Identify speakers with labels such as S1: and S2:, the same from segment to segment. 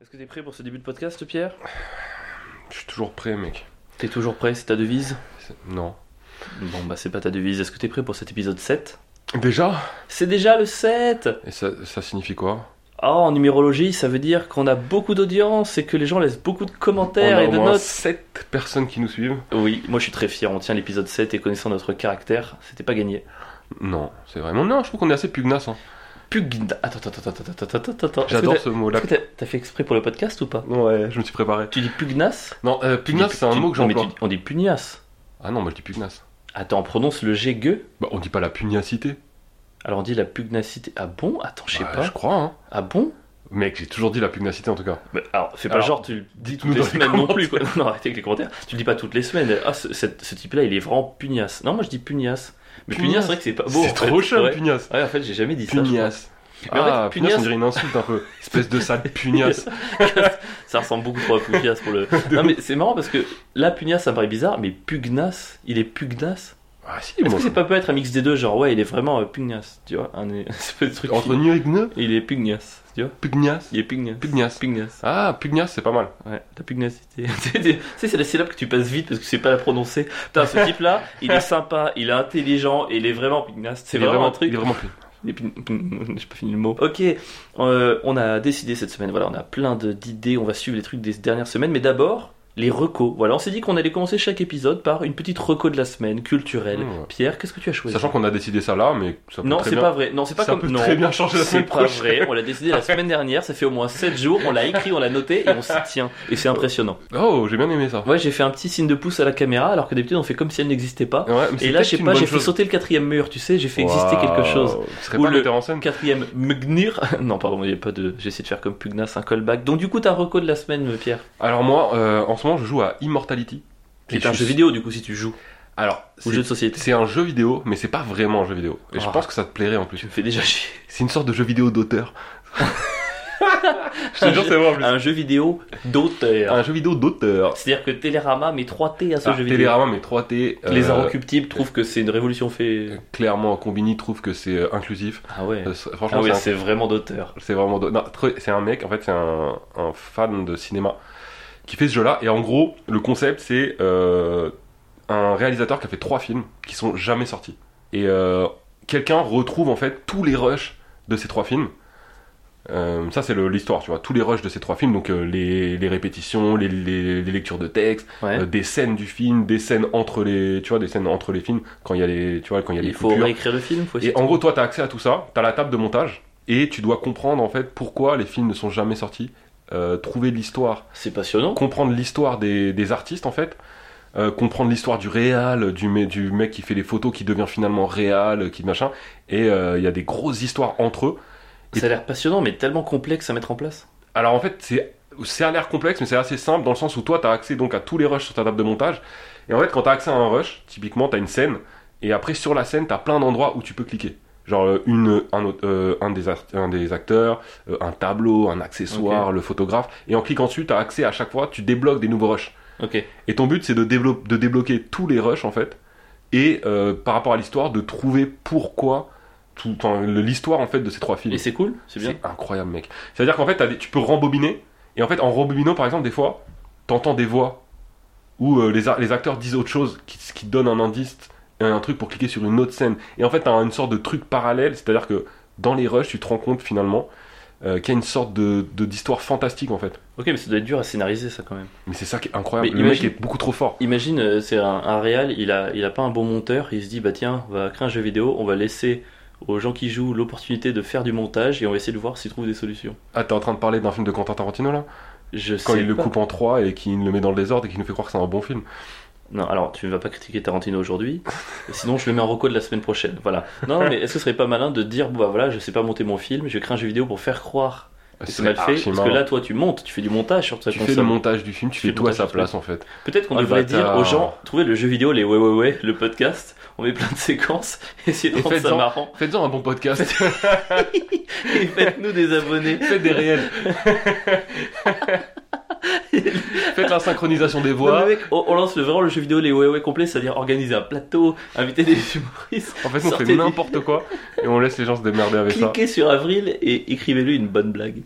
S1: Est-ce que t'es prêt pour ce début de podcast, Pierre
S2: Je suis toujours prêt, mec.
S1: T'es toujours prêt, c'est ta devise
S2: C'est- Non.
S1: Bon, bah c'est pas ta devise. Est-ce que t'es prêt pour cet épisode 7
S2: Déjà
S1: C'est déjà le 7
S2: Et ça, ça signifie quoi
S1: Oh, en numérologie, ça veut dire qu'on a beaucoup d'audience et que les gens laissent beaucoup de commentaires
S2: On a
S1: et
S2: au
S1: de
S2: moins
S1: notes.
S2: 7 personnes qui nous suivent
S1: Oui, moi je suis très fier, on tient l'épisode 7 et connaissant notre caractère, c'était pas gagné.
S2: Non, c'est vraiment. Non, je trouve qu'on est assez pugnace. hein.
S1: Pugna... Attends, attends, attends, attends, attends, attends, attends, attends. Est-ce que
S2: J'adore
S1: t'as-
S2: ce mot-là.
S1: Est-ce que t'as- t'as fait exprès pour le podcast ou pas
S2: Ouais, je me suis préparé.
S1: Tu dis pugnace
S2: Non, euh, pugnace,
S1: Tu dis-
S2: c'est un
S1: tu-
S2: mot que
S1: non, mais
S2: j'emploie.
S1: tu dis- On dit pugnace.
S2: Ah non, moi je dis pugnace.
S1: Attends, on prononce le G gueux
S2: Bah, on dit pas la pugnacité.
S1: Alors on dit la pugnacité. Ah bon Attends, je sais
S2: Bah,
S1: pas.
S2: Je crois, hein.
S1: Ah bon
S2: Mec, j'ai toujours dit la pugnacité en tout cas.
S1: Mais Bah, alors, fais pas
S2: Alors,
S1: genre, tu le dis toutes
S2: nous
S1: les
S2: dans les
S1: semaines non plus. Quoi. Non, non, arrêtez avec les commentaires. Tu le dis pas toutes les semaines. Ah, ce, cette- ce type-là, il est vraiment pugnace. Non, moi je dis pugnace. Mais pugnace,
S2: Pugnace.
S1: c'est vrai que c'est pas beau.
S2: c'est
S1: Ah en fait.
S2: trop cher,
S1: Ouais.
S2: pugnace.
S1: Ouais, en fait, j'ai jamais dit ça. je crois.
S2: Pugnace.
S1: Mais en fait,
S2: Ah, pugnace,
S1: pugnace-
S2: on dirait une insulte un peu. Espèce de sale pugnace.
S1: Ça ressemble beaucoup trop à pugnace pour le. non, mais c'est marrant parce que là, pugnace, ça me paraît bizarre, mais pugnace, il est pugnace.
S2: Ah si,
S1: Est-ce
S2: bon,
S1: que c'est pas peut être un mix des deux Genre, ouais, il est vraiment euh, pugnace. Tu vois, un des- c'est pas le truc.
S2: Entre
S1: qui-
S2: nu et gneu,
S1: Il est pugnace. Tu vois,
S2: pugnace.
S1: il est pugnace.
S2: Pugnace.
S1: Pugnace.
S2: Ah, pugnace, c'est pas mal.
S1: Ouais, la pugnacité. tu sais, c'est la syllabe que tu passes vite parce que tu sais pas la prononcer. Putain, ce type-là, il est sympa, il est intelligent et il est vraiment pugnace. C'est
S2: Il est
S1: vraiment un truc.
S2: Il est vraiment pugnace.
S1: Il est pugn- pugn- J'ai pas fini le mot. Ok, euh, on a décidé cette semaine, voilà, on a plein de- d'idées, on va suivre les trucs des dernières semaines, mais d'abord, les recos. Voilà, on s'est dit qu'on allait commencer chaque épisode par une petite reco de la semaine, culturelle.
S2: Mmh, ouais.
S1: Pierre, qu'est-ce que tu as choisi
S2: Sachant qu'on a décidé ça là, mais ça peut
S1: Non,
S2: très
S1: c'est
S2: bien-
S1: pas vrai. Non, c'est pas
S2: ça
S1: comme.
S2: peut
S1: non.
S2: très bien changer la
S1: C'est
S2: semaine
S1: pas
S2: prochaine.
S1: vrai, on l'a décidé la semaine dernière, ça fait au moins 7 jours, on l'a écrit, on l'a noté et on s'y tient. Et c'est impressionnant.
S2: Oh, j'ai bien aimé ça.
S1: Ouais, j'ai fait un petit signe de pouce à la caméra, alors que d'habitude on fait comme si elle n'existait pas.
S2: Ouais, mais c'est
S1: Et là,
S2: peut-être
S1: je sais
S2: une
S1: pas,
S2: bonne
S1: j'ai fait
S2: chose.
S1: sauter le quatrième mur, tu sais, j'ai fait exister quelque chose.
S2: Waouh, Tu serais
S1: Ou
S2: pas
S1: le-
S2: le metteur en scène
S1: Quatrième Mgnir. non, pardon, il n'y a pas de. J'ai essayé de faire comme Pugnas, un callback. Donc, du coup, t'as reco de la semaine, Pierre.
S2: Alors moi, euh, en ce moment, je joue à Immortality. Et
S1: C'est
S2: je
S1: un
S2: suis-
S1: jeu vidéo, du coup, si tu joues.
S2: Alors,
S1: Ou
S2: c'est-
S1: jeu de société.
S2: c'est un jeu vidéo, mais c'est pas vraiment un jeu vidéo. Et je
S1: Ah.
S2: pense que ça te plairait en
S1: Tu
S2: plus.
S1: me fais déjà chier.
S2: C'est une sorte de jeu vidéo d'auteur. je te jure, c'est vrai en plus.
S1: Un jeu vidéo d'auteur.
S2: Un jeu vidéo d'auteur.
S1: C'est-à-dire que Télérama met 3T à ce
S2: Ah,
S1: jeu vidéo.
S2: Télérama, mais 3T. euh,
S1: Les inrecuptibles trouvent que c'est une révolution fait.
S2: Clairement, Combini trouve que c'est euh, inclusif.
S1: Ah ouais.
S2: Euh, c'est- Franchement,
S1: Ah ouais,
S2: c'est un-
S1: c'est vraiment d'auteur.
S2: C'est vraiment. do- non, trop- c'est un mec, en fait, c'est un, un fan de cinéma qui fait ce jeu-là. Et en gros, le concept, c'est euh, un réalisateur qui a fait trois films qui sont jamais sortis. Et euh, quelqu'un retrouve, en fait, tous les rushs de ces trois films. Euh, ça, c'est le- l'histoire, tu vois. Tous les rushs de ces trois films, donc euh, les, les répétitions, les, les- les lectures de texte,
S1: Ouais.
S2: euh, des scènes du film, des scènes entre les, tu vois, des scènes entre les films, quand il y a les, tu vois, quand il y a les
S1: Il faut
S2: coupures.
S1: réécrire le film, faut
S2: Et en gros, toi, tu as accès à tout ça, tu as la table de montage, et tu dois comprendre en fait pourquoi les films ne sont jamais sortis, euh, trouver l'histoire,
S1: C'est passionnant.
S2: comprendre l'histoire des, des artistes en fait, euh, comprendre l'histoire du réal, du, me- du mec qui fait les photos, qui devient finalement réal, euh, qui machin, et euh, il y a des grosses histoires entre eux. Et-
S1: Ça a l'air passionnant, mais tellement complexe à mettre en place.
S2: Alors en fait, c'est c'est à l'air complexe, mais c'est assez simple dans le sens où toi, tu as accès donc à tous les rushs sur ta table de montage. Et en fait, quand tu as accès à un rush, typiquement, tu as une scène, et après, sur la scène, tu as plein d'endroits où tu peux cliquer. Genre euh, une, un, autre- euh, un, des, art- un des acteurs, euh, un tableau, un accessoire, le photographe. Et en cliquant dessus, tu as accès à chaque fois, tu débloques des nouveaux rushs.
S1: Ok.
S2: Et ton but, c'est de, développe- de débloquer tous les rushs, en fait, et euh, par rapport à l'histoire, de trouver pourquoi, tout- enfin, le- l'histoire, en fait, de ces trois films.
S1: Et c'est cool, c'est bien.
S2: C'est incroyable, mec. C'est-à-dire qu'en fait, t'as des- tu peux rembobiner. Et en fait, en rembobinant, par exemple, des fois, t'entends des voix où euh, les, a- les acteurs disent autre chose, qui, qui donnent un indice, euh, un truc pour cliquer sur une autre scène. Et en fait, t'as une sorte de truc parallèle. C'est-à-dire que dans les rushs, tu te rends compte finalement euh, qu'il y a une sorte de de- d'histoire fantastique, en fait.
S1: Ok, mais ça doit être dur à scénariser ça quand même.
S2: Mais c'est ça qui est incroyable.
S1: Mais
S2: le
S1: imagine-
S2: mec est beaucoup trop fort.
S1: Imagine, euh, c'est un, un réal, il a, il a pas un bon monteur, il se dit bah tiens, on va créer un jeu vidéo, on va laisser aux gens qui jouent l'opportunité de faire du montage et on va essayer de voir s'ils trouvent des solutions.
S2: Ah, t'es en train de parler d'un film de Quentin Tarantino, là
S1: Je
S2: Quand
S1: sais
S2: il le
S1: pas.
S2: coupe en trois et qu'il le met dans le désordre et qu'il nous fait croire que c'est un bon film.
S1: Non, alors tu ne vas pas critiquer Tarantino aujourd'hui, sinon je le mets en reco de la semaine prochaine. Voilà. Non, non, mais est-ce que ce serait pas malin de dire bon bah voilà, je sais pas monter mon film, je vais créer un jeu vidéo pour faire croire que c'est
S2: C'est
S1: mal fait
S2: Ah, archi
S1: parce que
S2: marrant.
S1: là toi tu montes, tu fais du montage sur ta
S2: tu fais le
S1: console.
S2: montage du film, tu
S1: Tu fais
S2: fais
S1: le
S2: tout à
S1: montage
S2: sa
S1: du
S2: place, en fait.
S1: Peut-être qu'on
S2: Oh, le
S1: devrait dire
S2: bâtard.
S1: aux gens, trouvez le jeu vidéo, les ouais ouais ouais, le podcast, on met plein de séquences, essayez de
S2: Et
S1: rendre ça
S2: faites-en.
S1: marrant,
S2: Faites-en un bon podcast.
S1: et faites-nous des abonnés.
S2: Faites des réels. Faites la synchronisation des
S1: Non, mais
S2: voix.
S1: mec, on, on lance le- vraiment le jeu vidéo, les ouais ouais complet, c'est-à-dire organiser un plateau, inviter des humoristes,
S2: En fait, on
S1: Sortez
S2: fait
S1: des-
S2: n'importe quoi et on laisse les gens se démerder avec ça.
S1: cliquez sur Avril et écrivez-lui une bonne blague.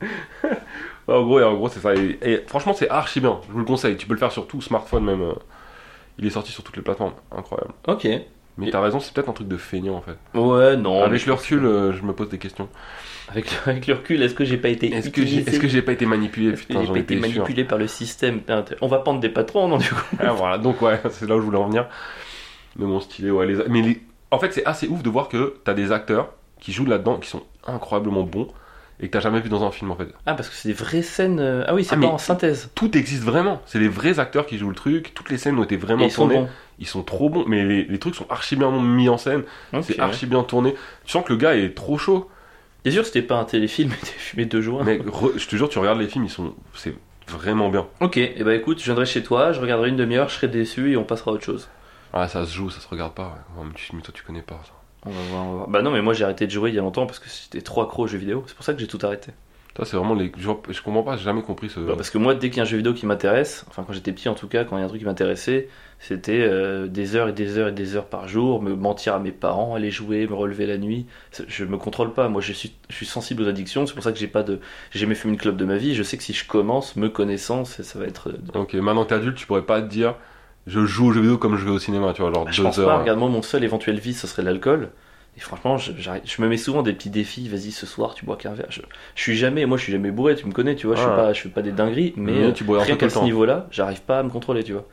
S2: Ouais, en gros, et en gros, c'est ça. Et, et franchement, c'est archi bien. Je vous le conseille. Tu peux le faire sur tout, smartphone même. euh, Il est sorti sur toutes les plateformes. Incroyable.
S1: Ok.
S2: Mais t'as raison, c'est peut-être un truc de feignant en fait.
S1: Ouais, non. mais-
S2: Avec le recul, euh, je me pose des questions.
S1: Avec, le- avec le recul, est-ce que j'ai pas été
S2: Est-ce que j'ai
S1: utilisé
S2: est-ce que j'ai pas été manipulé
S1: Est-ce que
S2: Putain,
S1: j'ai
S2: j'en
S1: pas été
S2: étais sûr.
S1: manipulé par le système Putain, On va pendre des patrons, non du coup.
S2: Ah, voilà, donc ouais, c'est là où je voulais en venir. Mais mon stylet, ouais. Les... Mais les- en fait, c'est assez ouf de voir que t'as des acteurs qui jouent là-dedans, qui sont incroyablement bons et que t'as jamais vu dans un film en fait.
S1: Ah, parce que c'est des vraies scènes. euh, Ah oui, c'est
S2: Ah,
S1: pas
S2: mais-
S1: en synthèse.
S2: Tout existe vraiment. C'est les vrais acteurs qui jouent le truc. Toutes les scènes ont été
S1: Et
S2: vraiment
S1: ils sont
S2: tournées.
S1: bons.
S2: Ils sont trop bons. Mais les, les trucs sont archi bien mis en scène.
S1: Ok.
S2: C'est archi bien tourné. Tu sens que le gars est trop chaud.
S1: T'es sûr que c'était pas un téléfilm et t'es fumé deux jours
S2: Mais re- je te jure, tu regardes les films, ils sont. C'est vraiment bien.
S1: Ok, et bah écoute, je viendrai chez toi, je regarderai une demi-heure, je serai déçu et on passera à autre chose.
S2: Ah, ça se joue, ça se regarde pas. ouais. Ouais, mais, tu- mais toi, tu connais pas ça.
S1: On va voir, on va voir. Bah non, mais moi j'ai arrêté de jouer il y a longtemps parce que j'étais trop accro aux jeux vidéo. C'est pour ça que j'ai tout arrêté.
S2: Toi, c'est vraiment les. Je, je comprends pas, j'ai jamais compris ce.
S1: Bah, parce que moi, dès qu'il y a un jeu vidéo qui m'intéresse, enfin quand j'étais petit en tout cas, quand il y a un truc qui m'intéressait, c'était euh, des heures et des heures et des heures par jour, me mentir à mes parents, aller jouer, me relever la nuit. C'est- Je me contrôle pas, moi je suis, je suis sensible aux addictions, c'est pour ça que j'ai pas de. J'ai jamais fumé une clope de ma vie, je sais que si je commence, me connaissant, c'est- ça va être. euh,
S2: Ok, maintenant que t'es adulte, tu pourrais pas te dire je joue aux jeux vidéo comme je vais au cinéma, tu vois, genre
S1: Bah, je pense
S2: deux
S1: pas,
S2: heures.
S1: regarde-moi, mon seul éventuel vice, ce serait l'alcool. Et franchement, je, j'arrête- je me mets souvent des petits défis, vas-y, ce soir, tu bois qu'un verre. Je, je suis jamais, moi, je suis jamais bourré, tu me connais, tu vois, je, suis
S2: Ouais.
S1: pas, je fais pas des dingueries, mais
S2: Mais
S1: euh,
S2: tu bois un peu
S1: rien
S2: tout
S1: qu'à
S2: le
S1: ce
S2: temps.
S1: niveau-là, j'arrive pas à me contrôler, tu vois.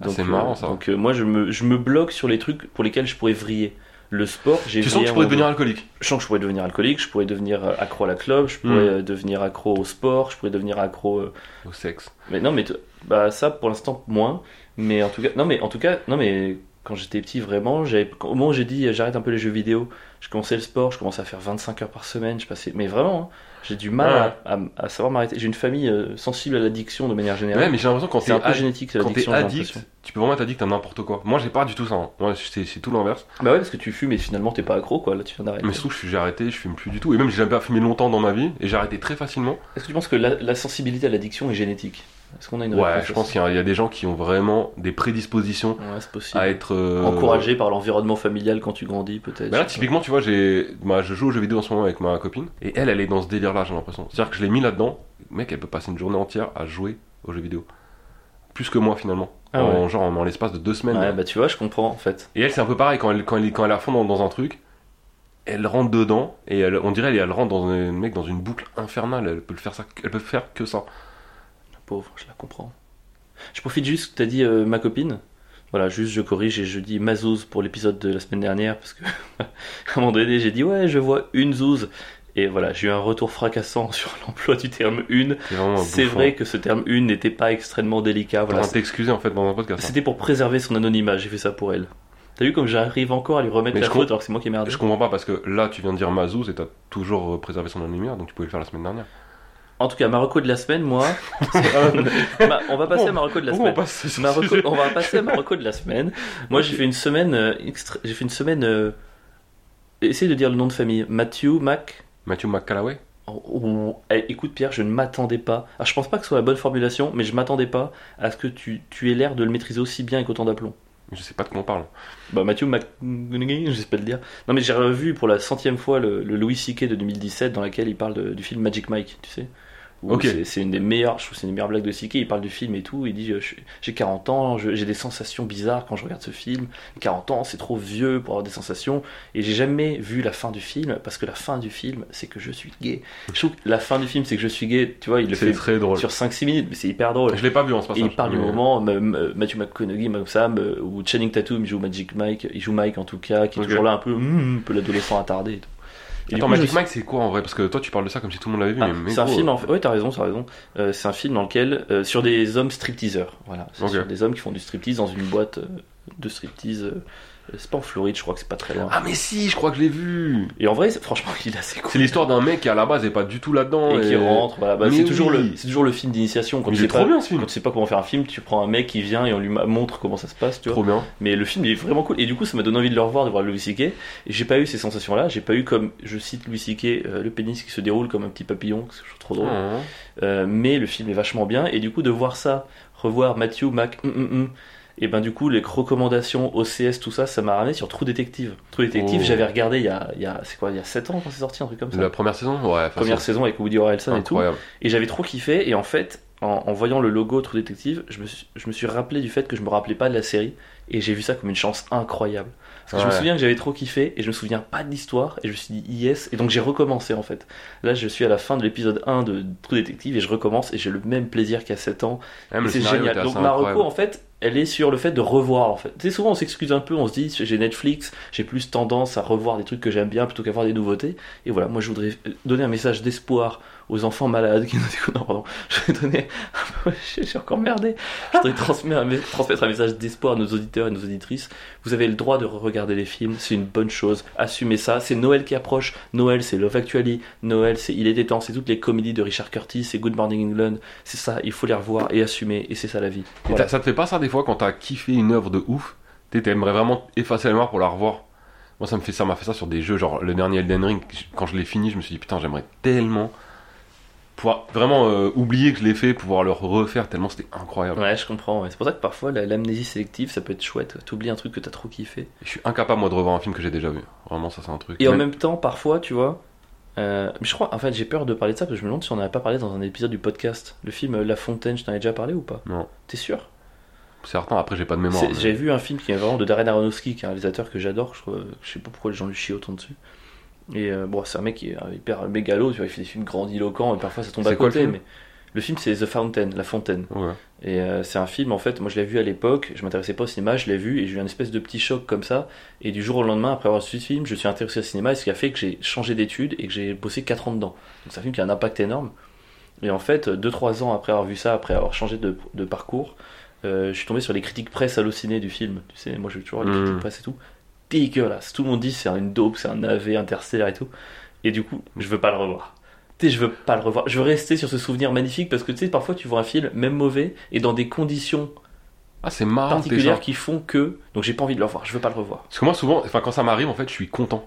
S2: Ah, c'est marrant, ça.
S1: Donc, euh, moi, je me, je me bloque sur les trucs pour lesquels je pourrais vriller. Le sport, j'ai
S2: Tu sens que
S1: vrillé
S2: tu pourrais
S1: un
S2: devenir
S1: moment.
S2: alcoolique.
S1: Je sens que je pourrais devenir alcoolique, je pourrais devenir euh, accro à la clope, je pourrais
S2: Hmm.
S1: euh, devenir accro au sport, je pourrais devenir accro. euh,
S2: Au sexe.
S1: mais non, mais t- bah ça pour l'instant moins. Mais en tout cas, non, mais en tout cas, non, mais quand j'étais petit, vraiment, j'avais- au moment où j'ai dit euh, j'arrête un peu les jeux vidéo, je commençais le sport, je commençais à faire 25 heures par semaine, je passais. Mais vraiment, hein, j'ai du mal à, à- à savoir m'arrêter. J'ai une famille euh, sensible à l'addiction de manière
S2: Ouais,
S1: générale.
S2: mais j'ai l'impression que quand
S1: c'est
S2: t'es
S1: un peu
S2: ad-
S1: génétique
S2: quand t'es
S1: l'addiction. j'ai
S2: addict,
S1: l'impression.
S2: tu peux vraiment être addict à n'importe quoi. Moi, j'ai pas du tout ça. hein. Moi, c'est c'est tout l'inverse.
S1: Bah ouais, parce que tu fumes et finalement t'es pas accro, quoi. Là, tu viens d'arrêter.
S2: Mais surtout, je suis- j'ai arrêté, je fume plus du tout. Et même, j'ai jamais pas fumé longtemps dans ma vie et j'ai arrêté très facilement.
S1: Est-ce que tu penses que la, la sensibilité à l'addiction est génétique Est-ce qu'on a une
S2: Ouais,
S1: réponse
S2: je
S1: à
S2: pense
S1: ça
S2: qu'il y, a- il y a des gens qui ont vraiment des prédispositions
S1: Ouais, c'est possible.
S2: à être euh,
S1: Encouragé par l'environnement familial quand tu grandis, peut-être.
S2: Bah là, typiquement, tu vois, j'ai, bah, je joue aux jeux vidéo en ce moment avec ma copine, et elle, elle est dans ce délire-là, j'ai l'impression. C'est-à-dire que je l'ai mis là-dedans, mec, elle peut passer une journée entière à jouer aux jeux vidéo. Plus que moi, finalement.
S1: Ah ouais.
S2: en, Genre, en, en l'espace de deux semaines.
S1: Ouais, bah tu vois, je comprends en fait.
S2: Et elle, c'est un peu pareil, quand elle, quand elle, est- quand elle est à fond dans, dans un truc, elle rentre dedans, et elle, on dirait elle, elle rentre dans, un, mec, dans une boucle infernale, elle peut, le faire ça, elle peut faire que ça.
S1: Pauvre, je la comprends. Je profite juste que tu as dit euh, ma copine. Voilà, juste je corrige et je dis ma zouze pour l'épisode de la semaine dernière parce que à un moment donné j'ai dit ouais je vois une zouze et voilà j'ai eu un retour fracassant sur l'emploi du terme une.
S2: C'est vraiment un
S1: C'est
S2: Oh, bouffon.
S1: vrai que ce terme une n'était pas extrêmement délicat.
S2: T'es en
S1: Voilà,
S2: train de t'excuser, en fait, dans un podcast. hein.
S1: c'était pour préserver son anonymat. J'ai fait ça pour elle. T'as vu comme j'arrive encore à lui remettre
S2: Mais
S1: la
S2: je
S1: faute
S2: com-
S1: alors que c'est moi qui ai merdé.
S2: Je comprends pas, parce que là, tu viens de dire Mazouz, et t'as toujours euh, préservé son lumière, donc tu pouvais le faire la semaine dernière.
S1: En tout cas, ma reco de la semaine, moi. Bah, on va passer à ma reco de la
S2: Pourquoi
S1: semaine.
S2: on passe sur ce
S1: Ma reco-
S2: sujet
S1: on va passer à Marocco de la semaine. Moi, j'ai
S2: Ok.
S1: fait une semaine. euh, extra- J'ai fait une semaine. euh, Essaye de dire le nom de famille. Matthew, Mac.
S2: Matthew McCallaway
S1: Oh, oh, eh, écoute, Pierre, je ne m'attendais pas. Alors, je pense pas que ce soit la bonne formulation, mais je m'attendais pas à ce que tu, tu aies l'air de le maîtriser aussi bien avec autant d'aplomb.
S2: Je sais pas de quoi on parle.
S1: Bah, Matthew Mac. Je sais pas le dire. Non, mais j'ai revu pour la centième fois le, le Louis C.K. de 2017, dans laquelle il parle de- du film Magic Mike, tu sais. Où
S2: Ok.
S1: c'est- C'est une des meilleures, je trouve, que c'est une des meilleures blagues de C.K. Il parle du film et tout. Il dit euh, je suis- J'ai 40 ans, je- j'ai des sensations bizarres quand je regarde ce film. 40 ans, c'est trop vieux pour avoir des sensations. Et j'ai jamais vu la fin du film, parce que la fin du film, c'est que je suis gay. Je trouve que la fin du film, c'est que je suis gay. Tu vois, il le
S2: C'est
S1: fait
S2: très drôle.
S1: sur 5-6 minutes, mais c'est hyper drôle.
S2: Je l'ai pas vu en ce
S1: Et
S2: passage.
S1: il parle du
S2: mais-
S1: moment, me- me- Matthew McConaughey, même Sam, euh, ou Channing Tatum, il joue Magic Mike, il joue Mike en tout cas, qui est
S2: Ok.
S1: toujours là un peu, hum, un peu l'adolescent attardé et tout. Et du
S2: Attends,
S1: coup, je
S2: Magic
S1: me
S2: Mike, c'est quoi en vrai Parce que toi, tu parles de ça comme si tout le monde l'avait vu,
S1: Ah,
S2: mais- mais.
S1: c'est un
S2: gros,
S1: film, en fait. Ouais, t'as raison, t'as raison. Euh, c'est un film dans lequel. euh, sur des hommes stripteaseurs. Voilà. C'est
S2: Ok.
S1: sur des hommes qui font du striptease dans une boîte euh, de striptease. euh, c'est pas en Floride, je crois que c'est pas très loin.
S2: Ah, mais si, je crois que je l'ai vu
S1: Et en vrai, c'est- franchement, il est assez
S2: C'est
S1: cool.
S2: l'histoire d'un mec qui à la base est pas du tout là-dedans.
S1: Et qui rentre, voilà. Bah,
S2: Mais
S1: c'est toujours,
S2: oui.
S1: le- c'est toujours le film d'initiation. Quand
S2: Mais
S1: tu
S2: il
S1: sais
S2: est trop
S1: pas.
S2: bien ce film
S1: Quand tu sais pas comment faire un film, tu prends un mec qui vient et on lui ma- montre comment ça se passe, tu vois.
S2: Trop bien.
S1: Mais le film il est vraiment cool et du coup ça m'a donné envie de le revoir, de voir Louis C.K. Et j'ai pas eu ces sensations là, j'ai pas eu comme, je cite Louis C.K., euh, le pénis qui se déroule comme un petit papillon, que je trouve trop drôle.
S2: Oh.
S1: Euh, mais le film est vachement bien et du coup de voir ça, revoir Matthew Mac, hum, hum, hum, Et ben du coup, les recommandations OCS, tout ça, ça m'a ramené sur Trou Détective. Trou Détective,
S2: Oh.
S1: j'avais regardé il y a, il y a- c'est quoi, il y a 7 ans quand c'est sorti, un truc comme ça.
S2: La première saison Ouais, enfin,
S1: Première saison avec Woody Harrelson et tout.
S2: incroyable.
S1: Et j'avais trop kiffé, et en fait, en, en voyant le logo True Detective, je me, suis, je me suis rappelé du fait que je me rappelais pas de la série, et j'ai vu ça comme une chance incroyable. Parce que je me
S2: Ouais.
S1: souviens que j'avais trop kiffé, et je me souviens pas de l'histoire, et je me suis dit yes, et donc j'ai recommencé en fait. Là, je suis à la fin de l'épisode 1 de True Detective, et je recommence, et j'ai le même plaisir qu'à 7 ans.
S2: Ouais, mais
S1: Et
S2: le
S1: C'est
S2: scénario
S1: génial.
S2: était
S1: Donc
S2: assez
S1: ma
S2: incroyable.
S1: reco, en fait, elle est sur le fait de revoir en fait. Tu sais, souvent on s'excuse un peu, on se dit j'ai Netflix, j'ai plus tendance à revoir des trucs que j'aime bien plutôt qu'à voir des nouveautés. Et voilà, moi je voudrais euh, donner un message d'espoir aux enfants malades qui nous écoutent. Non, pardon, je vais donner. je suis encore merdé. Je voudrais transmettre un, mes- transmettre un message d'espoir à nos auditeurs et nos auditrices. Vous avez le droit de regarder les films, c'est une bonne chose. Assumez ça. C'est Noël qui approche. Noël, c'est Love Actually. Noël, c'est Il était temps. C'est toutes les comédies de Richard Curtis. C'est Good Morning England. C'est ça, il faut les revoir et assumer, et c'est ça la vie.
S2: Et
S1: Voilà.
S2: t'as- ça te fait pas ça des fois quand t'as kiffé une œuvre de ouf t'sais, T'aimerais vraiment effacer la mémoire pour la revoir. Moi, ça me fait ça, m'a fait ça sur des jeux, genre le dernier Elden Ring. j- Quand je l'ai fini, je me suis dit putain, j'aimerais tellement pouvoir vraiment euh, oublier que je l'ai fait, pouvoir le refaire tellement c'était incroyable.
S1: Ouais, je comprends. ouais. C'est pour ça que parfois la- l'amnésie sélective, ça peut être chouette. T'oublies un truc que t'as trop kiffé.
S2: Je suis incapable moi de revoir un film que j'ai déjà vu. Vraiment, ça c'est un truc.
S1: Et en
S2: Même-
S1: même temps, parfois, tu vois. euh, je crois, en fait, j'ai peur de parler de ça parce que je me demande si on n'avait pas parlé dans un épisode du podcast. Le film euh, La Fontaine, je t'en ai déjà parlé ou pas
S2: Non.
S1: T'es sûr
S2: Certains, après, j'ai pas de mémoire.
S1: C'est-
S2: mais-
S1: J'avais vu un film qui est vraiment de Darren Aronofsky, qui est un réalisateur que j'adore. Je, trouve- je sais pas pourquoi les gens lui chient autant dessus. Et euh, bon, c'est un mec qui est euh, hyper mégalo, tu vois, il fait des films grandiloquents et parfois ça tombe à
S2: C'est quoi le
S1: côté.
S2: film
S1: mais le film, c'est The Fountain, La Fontaine.
S2: Ouais.
S1: Et euh, c'est un film, en fait, moi je l'ai vu à l'époque, je m'intéressais pas au cinéma, je l'ai vu et j'ai eu un espèce de petit choc comme ça. Et du jour au lendemain, après avoir su ce film, je suis intéressé au cinéma, et ce qui a fait que j'ai changé d'études et que j'ai bossé 4 ans dedans. Donc c'est un film qui a un impact énorme. Et en fait, 2-3 ans après avoir vu ça, après avoir changé de, de parcours, euh, je suis tombé sur les critiques presse hallucinées du film. Tu sais, moi je veux toujours les
S2: Mhm.
S1: critiques presse et tout. Dégueulasse, tout le monde dit c'est une dope, c'est un navet interstellaire et tout. Et du coup, je veux pas le revoir. Tu sais, je veux pas le revoir. Je veux rester sur ce souvenir magnifique parce que tu sais, parfois tu vois un film, même mauvais, et dans des conditions
S2: Ah, c'est marrant déjà.
S1: particulières qui font que. Donc j'ai pas envie de le revoir, je veux pas le revoir.
S2: Parce que moi, souvent, enfin, quand ça m'arrive, en fait, je suis content.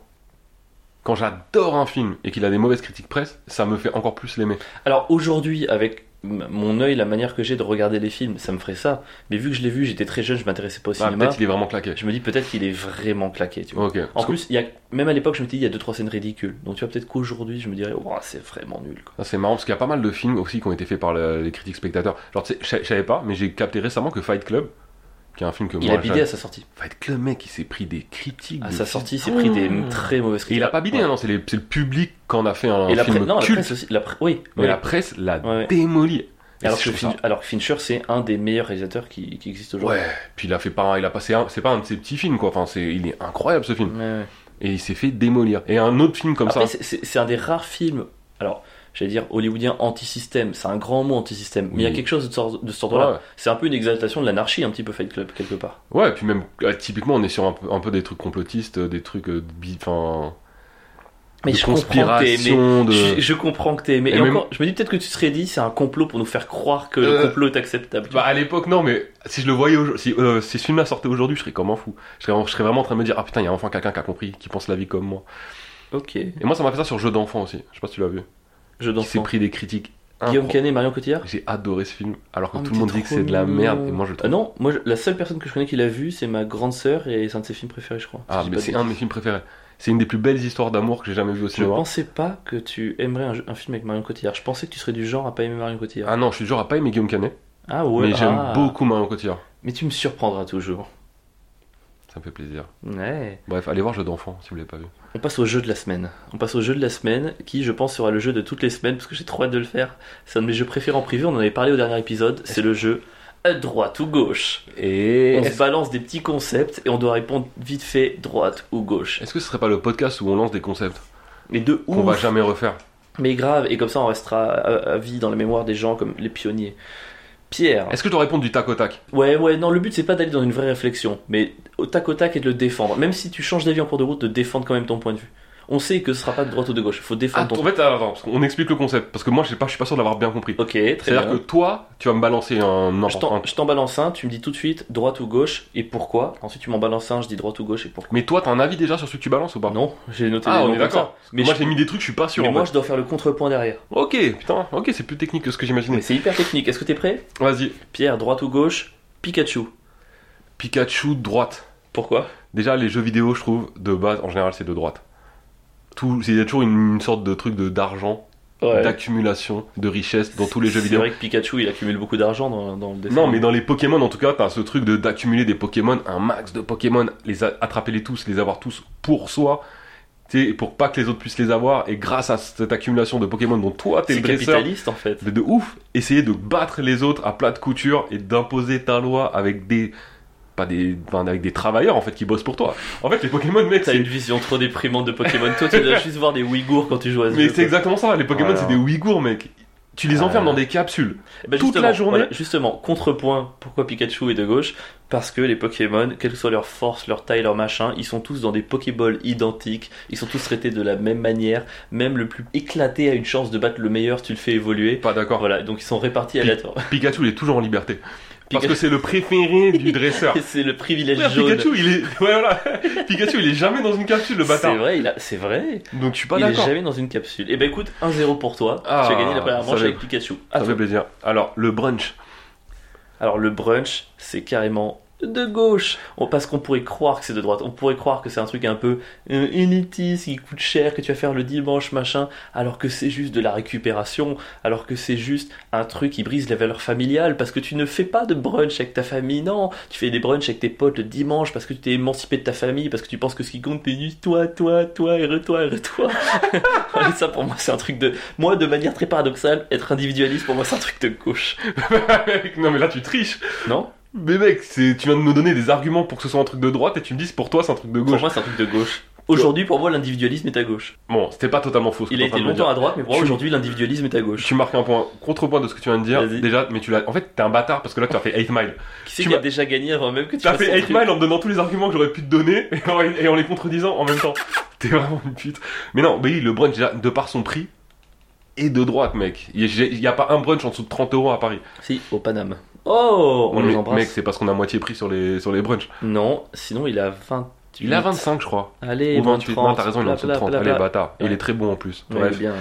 S2: Quand j'adore un film et qu'il a des mauvaises critiques presse, ça me fait encore plus l'aimer.
S1: Alors aujourd'hui, avec m- mon œil, la manière que j'ai de regarder les films, ça me ferait ça. Mais vu que je l'ai vu, j'étais très jeune, je m'intéressais pas au
S2: Ah,
S1: cinéma.
S2: peut-être il est vraiment claqué.
S1: je me dis peut-être qu'il est vraiment claqué, tu vois.
S2: Ok.
S1: En
S2: Parce que-
S1: plus, il y a, même à l'époque, je me dis il y a deux trois scènes ridicules. Donc tu vois peut-être qu'aujourd'hui, je me dirais Ouah, c'est vraiment nul. Quoi.
S2: Ah, c'est marrant parce qu'il y a pas mal de films aussi qui ont été faits par le- les critiques spectateurs. Genre, tu sais, je sa- je savais pas, mais j'ai capté récemment que Fight Club, qui est un film que
S1: Il
S2: moi.
S1: a bidé
S2: j'adore-
S1: à sa sortie.
S2: Fight Club, mec, il s'est pris des critiques.
S1: À
S2: de
S1: sa
S2: films.
S1: sortie, il s'est pris des
S2: Oh.
S1: très mauvaises
S2: Et il a
S1: critiques.
S2: pas bidé,
S1: Ouais.
S2: hein, non, c'est les- c'est le public qu'on a fait un
S1: Et la,
S2: film
S1: presse- non, la
S2: culte.
S1: presse aussi. La pre- oui,
S2: mais
S1: oui.
S2: la presse l'a
S1: Ouais, ouais.
S2: démoli. Et
S1: Alors
S2: c'est-
S1: que,
S2: je trouve
S1: Fin- alors que Fincher, c'est un des meilleurs réalisateurs qui, qui existe
S2: ça-
S1: aujourd'hui.
S2: Ouais, puis il a fait pas, un- il a passé un, c'est pas un de ses petits films quoi. Enfin, c'est, il est incroyable ce film.
S1: Ouais, ouais.
S2: Et il s'est fait démolir. Et un autre film comme
S1: Après,
S2: ça.
S1: c'est- c'est c'est un des rares films, alors j'allais dire hollywoodien anti-système, c'est un grand mot anti-système, mais il y a
S2: Oui.
S1: quelque chose de, sort- de cet ordre-là.
S2: Ouais.
S1: C'est un peu une exaltation de l'anarchie, un petit peu Fight Club, quelque part.
S2: ouais, et puis même euh, typiquement, on est sur un peu, un peu des trucs complotistes, euh, des trucs, euh, bi- enfin,
S1: Mais
S2: de
S1: je comprends que t'aies aimé.
S2: conspiration, de.
S1: Je, je comprends que t'aies aimé. Et,
S2: Et même-
S1: encore, je me dis peut-être que tu serais dit, c'est un complot pour nous faire croire que le
S2: Euh,
S1: complot est acceptable.
S2: Bah à l'époque non mais si je le voyais aujourd'hui, si, euh, si ce film là sortait aujourd'hui je serais comme un fou. Je serais, je serais vraiment en train de me dire ah putain il y a enfin quelqu'un qui a compris, qui pense la vie comme moi.
S1: ok,
S2: Et moi ça m'a fait ça sur Jeu d'enfant aussi, je sais pas si tu l'as vu.
S1: je
S2: Qui s'est
S1: danse.
S2: pris des critiques.
S1: Guillaume
S2: incroyables.
S1: Canet, Marion Cotillard
S2: J'ai adoré ce film alors que
S1: Oh, mais
S2: tout le monde
S1: t'es
S2: dit que
S1: trop
S2: c'est de la merde
S1: mignon.
S2: et moi je le
S1: Ah
S2: trouve.
S1: non, moi je- la seule personne que je connais qui l'a vu, c'est ma grande sœur et c'est un de ses films préférés, je crois. Si
S2: Ah
S1: je dis
S2: mais
S1: pas
S2: c'est
S1: de
S2: un de
S1: bêtises.
S2: mes films préférés. C'est une des plus belles histoires d'amour que j'ai jamais vues au
S1: Je
S2: cinéma.
S1: pensais pas que tu aimerais un, un film avec Marion Cotillard. Je pensais que tu serais du genre à pas aimer Marion Cotillard.
S2: Ah non, je suis toujours à pas aimer Guillaume Canet,
S1: Ah, ouais.
S2: mais j'aime
S1: ah.
S2: beaucoup Marion Cotillard.
S1: Mais tu me surprendras toujours.
S2: Ça me fait plaisir.
S1: Ouais.
S2: Bref, allez voir Jeu d'enfant si vous l'avez pas vu.
S1: On passe au jeu de la semaine. On passe au jeu de la semaine, qui je pense sera le jeu de toutes les semaines, parce que j'ai trop hâte de le faire. C'est un de mes jeux préférés en privé, on en avait parlé au dernier épisode, c'est le jeu à droite ou gauche.
S2: Et
S1: on se balance des petits concepts et on doit répondre vite fait droite ou gauche.
S2: est-ce que ce serait pas le podcast où on lance des concepts
S1: Mais de
S2: qu'on va
S1: ouf
S2: jamais refaire
S1: Mais grave, et comme ça on restera à, à vie dans la mémoire des gens comme les pionniers. Pierre.
S2: Est-ce que je dois répondre du tac au tac
S1: Ouais, ouais, non, le but c'est pas d'aller dans une vraie réflexion, mais au tac au tac et de le défendre. Même si tu changes d'avis en cours de route, de défendre quand même ton point de vue. On sait que ce sera pas de droite ou de gauche, faut défendre Ah,
S2: Attends,
S1: ton
S2: en fait, attends, parce qu'on explique le concept, parce que moi, je sais pas, je suis pas sûr de l'avoir bien compris.
S1: Ok, très bien.
S2: C'est-à-dire que toi, tu vas me balancer un
S1: Je
S2: n'importe
S1: t'en-
S2: quoi.
S1: Je t'en balance un, tu me dis tout de suite droite ou gauche et pourquoi. Ensuite tu m'en balances un, je dis droite ou gauche et pourquoi.
S2: Mais toi, t'as un avis déjà sur ce que tu balances ou pas
S1: Non, j'ai noté
S2: Ah,
S1: les
S2: on
S1: noms
S2: est
S1: comme
S2: d'accord.
S1: ça.
S2: Mais
S1: Mais,
S2: moi,
S1: je-
S2: j'ai mis des trucs, je suis pas sûr.
S1: mais
S2: en
S1: moi
S2: fait.
S1: je dois faire le contrepoint derrière.
S2: Ok, putain, ok, c'est plus technique que ce que
S1: Mais
S2: j'imaginais.
S1: c'est hyper technique, est-ce que t'es prêt
S2: Vas-y.
S1: Pierre, droite ou gauche Pikachu.
S2: Pikachu de droite.
S1: Pourquoi
S2: Déjà, les jeux vidéo, je trouve, de base, en général, c'est de droite. Tout, il y a toujours une, une sorte de truc de d'argent, d'accumulation, de richesse dans tous les jeux vidéo.
S1: C'est vrai que Pikachu il accumule beaucoup d'argent dans, dans le dessin.
S2: Non, mais dans les Pokémon, en tout cas, t'as ce truc de d'accumuler des Pokémon, un max de Pokémon, les a- attraper les tous, les avoir tous pour soi, tu sais, pour pas que les autres puissent les avoir. Et grâce à cette accumulation de Pokémon dont toi t'es
S1: c'est
S2: le dresseur,
S1: capitaliste en fait.
S2: mais de ouf, essayer de battre les autres à plat de couture et d'imposer ta loi avec des pas des enfin, avec des travailleurs en fait qui bossent pour toi. En fait, les Pokémon, mec,
S1: T'as
S2: c'est
S1: une vision trop déprimante de Pokémon. Toi, tu dois juste voir des Ouïghours quand tu joues à ce
S2: mais
S1: jeu.
S2: c'est exactement ça. Les Pokémon,
S1: Voilà.
S2: c'est des Ouïghours, mec. Tu les enfermes
S1: Ouais.
S2: dans des capsules.
S1: Bah,
S2: toute
S1: justement,
S2: la journée.
S1: ouais, justement, contrepoint, pourquoi Pikachu est de gauche Parce que les Pokémon, quelle que soit leur force, leur taille, leur machin, ils sont tous dans des Pokéballs identiques, ils sont tous traités de la même manière, même le plus éclaté a une chance de battre le meilleur, tu le fais évoluer.
S2: Pas d'accord.
S1: Voilà, donc ils sont répartis
S2: Pi-
S1: aléatoirement.
S2: Pikachu, il est toujours en liberté. Parce
S1: Pikachu-
S2: que c'est le préféré du dresseur.
S1: C'est le privilège
S2: Frère,
S1: jaune.
S2: Pikachu, il est. Ouais, voilà. Pikachu, il est jamais dans une capsule, le
S1: c'est
S2: bâtard.
S1: vrai, il a... c'est vrai.
S2: Donc je suis pas
S1: il est
S2: d'accord.
S1: jamais dans une capsule. Et ben écoute, 1-0 pour toi.
S2: Ah,
S1: tu as gagné la première
S2: ça
S1: manche
S2: fait-
S1: avec Pikachu. À
S2: Ça
S1: toi.
S2: fait plaisir. Ah, Alors, le brunch.
S1: Alors le brunch, c'est carrément de gauche, On- parce qu'on pourrait croire que c'est de droite, on pourrait croire que c'est un truc un peu euh, élitiste, qui coûte cher, que tu vas faire le dimanche, machin, alors que c'est juste de la récupération, alors que c'est juste un truc qui brise les valeurs familiales, parce que tu ne fais pas de brunch avec ta famille, non, tu fais des brunchs avec tes potes le dimanche, parce que tu t'es émancipé de ta famille, parce que tu penses que ce qui compte, c'est juste toi, toi, toi, et re-toi, et re-toi. Ouais, ça pour moi c'est un truc de... Moi de manière très paradoxale, être individualiste pour moi c'est un truc de gauche.
S2: non, mais là, tu triches.
S1: Non
S2: Mais mec, c'est- tu viens de me donner des arguments pour que ce soit un truc de droite et tu me dis c'est pour toi, c'est un truc de
S1: Pour
S2: gauche.
S1: moi, c'est un truc de gauche. Aujourd'hui, pour moi, l'individualisme est à gauche.
S2: Bon, c'était pas totalement faux. ce que
S1: Il
S2: t'es
S1: a
S2: en train
S1: été
S2: de me
S1: longtemps
S2: dire.
S1: à droite, mais pour moi,
S2: Tu-
S1: aujourd'hui, l'individualisme est à gauche.
S2: Tu marques un point, contrepoint de ce que tu viens de dire.
S1: Vas-y.
S2: Déjà, mais tu l'as. En fait, t'es un bâtard parce que là, tu as fait 8 Mile.
S1: Qui c'est
S2: tu
S1: qui a
S2: m'as-
S1: déjà gagné avant même que tu
S2: T'as
S1: fasses
S2: fait
S1: ton
S2: 8
S1: truc
S2: Mile en me donnant tous les arguments que j'aurais pu te donner et en, et en les contredisant en même temps. T'es vraiment une pute. Mais non, mais oui, le brunch, déjà, de par son prix, est de droite, mec. Il y a- j'ai- il y a pas un brunch en dessous de 30 euros à Paris.
S1: Si, au Paname. Oh, on
S2: Non,
S1: les
S2: mais, Mec,
S1: embrasse.
S2: c'est parce qu'on a moitié prix sur les, sur les brunchs.
S1: Non, sinon, il a 28.
S2: Il a 25, je crois.
S1: Allez,
S2: Ou 28.
S1: 30.
S2: Non, t'as raison, il est en dessous de 30. Allez, bâtard. Et Il
S1: Ouais.
S2: est très bon en plus.
S1: Ouais,
S2: Bref.
S1: bien.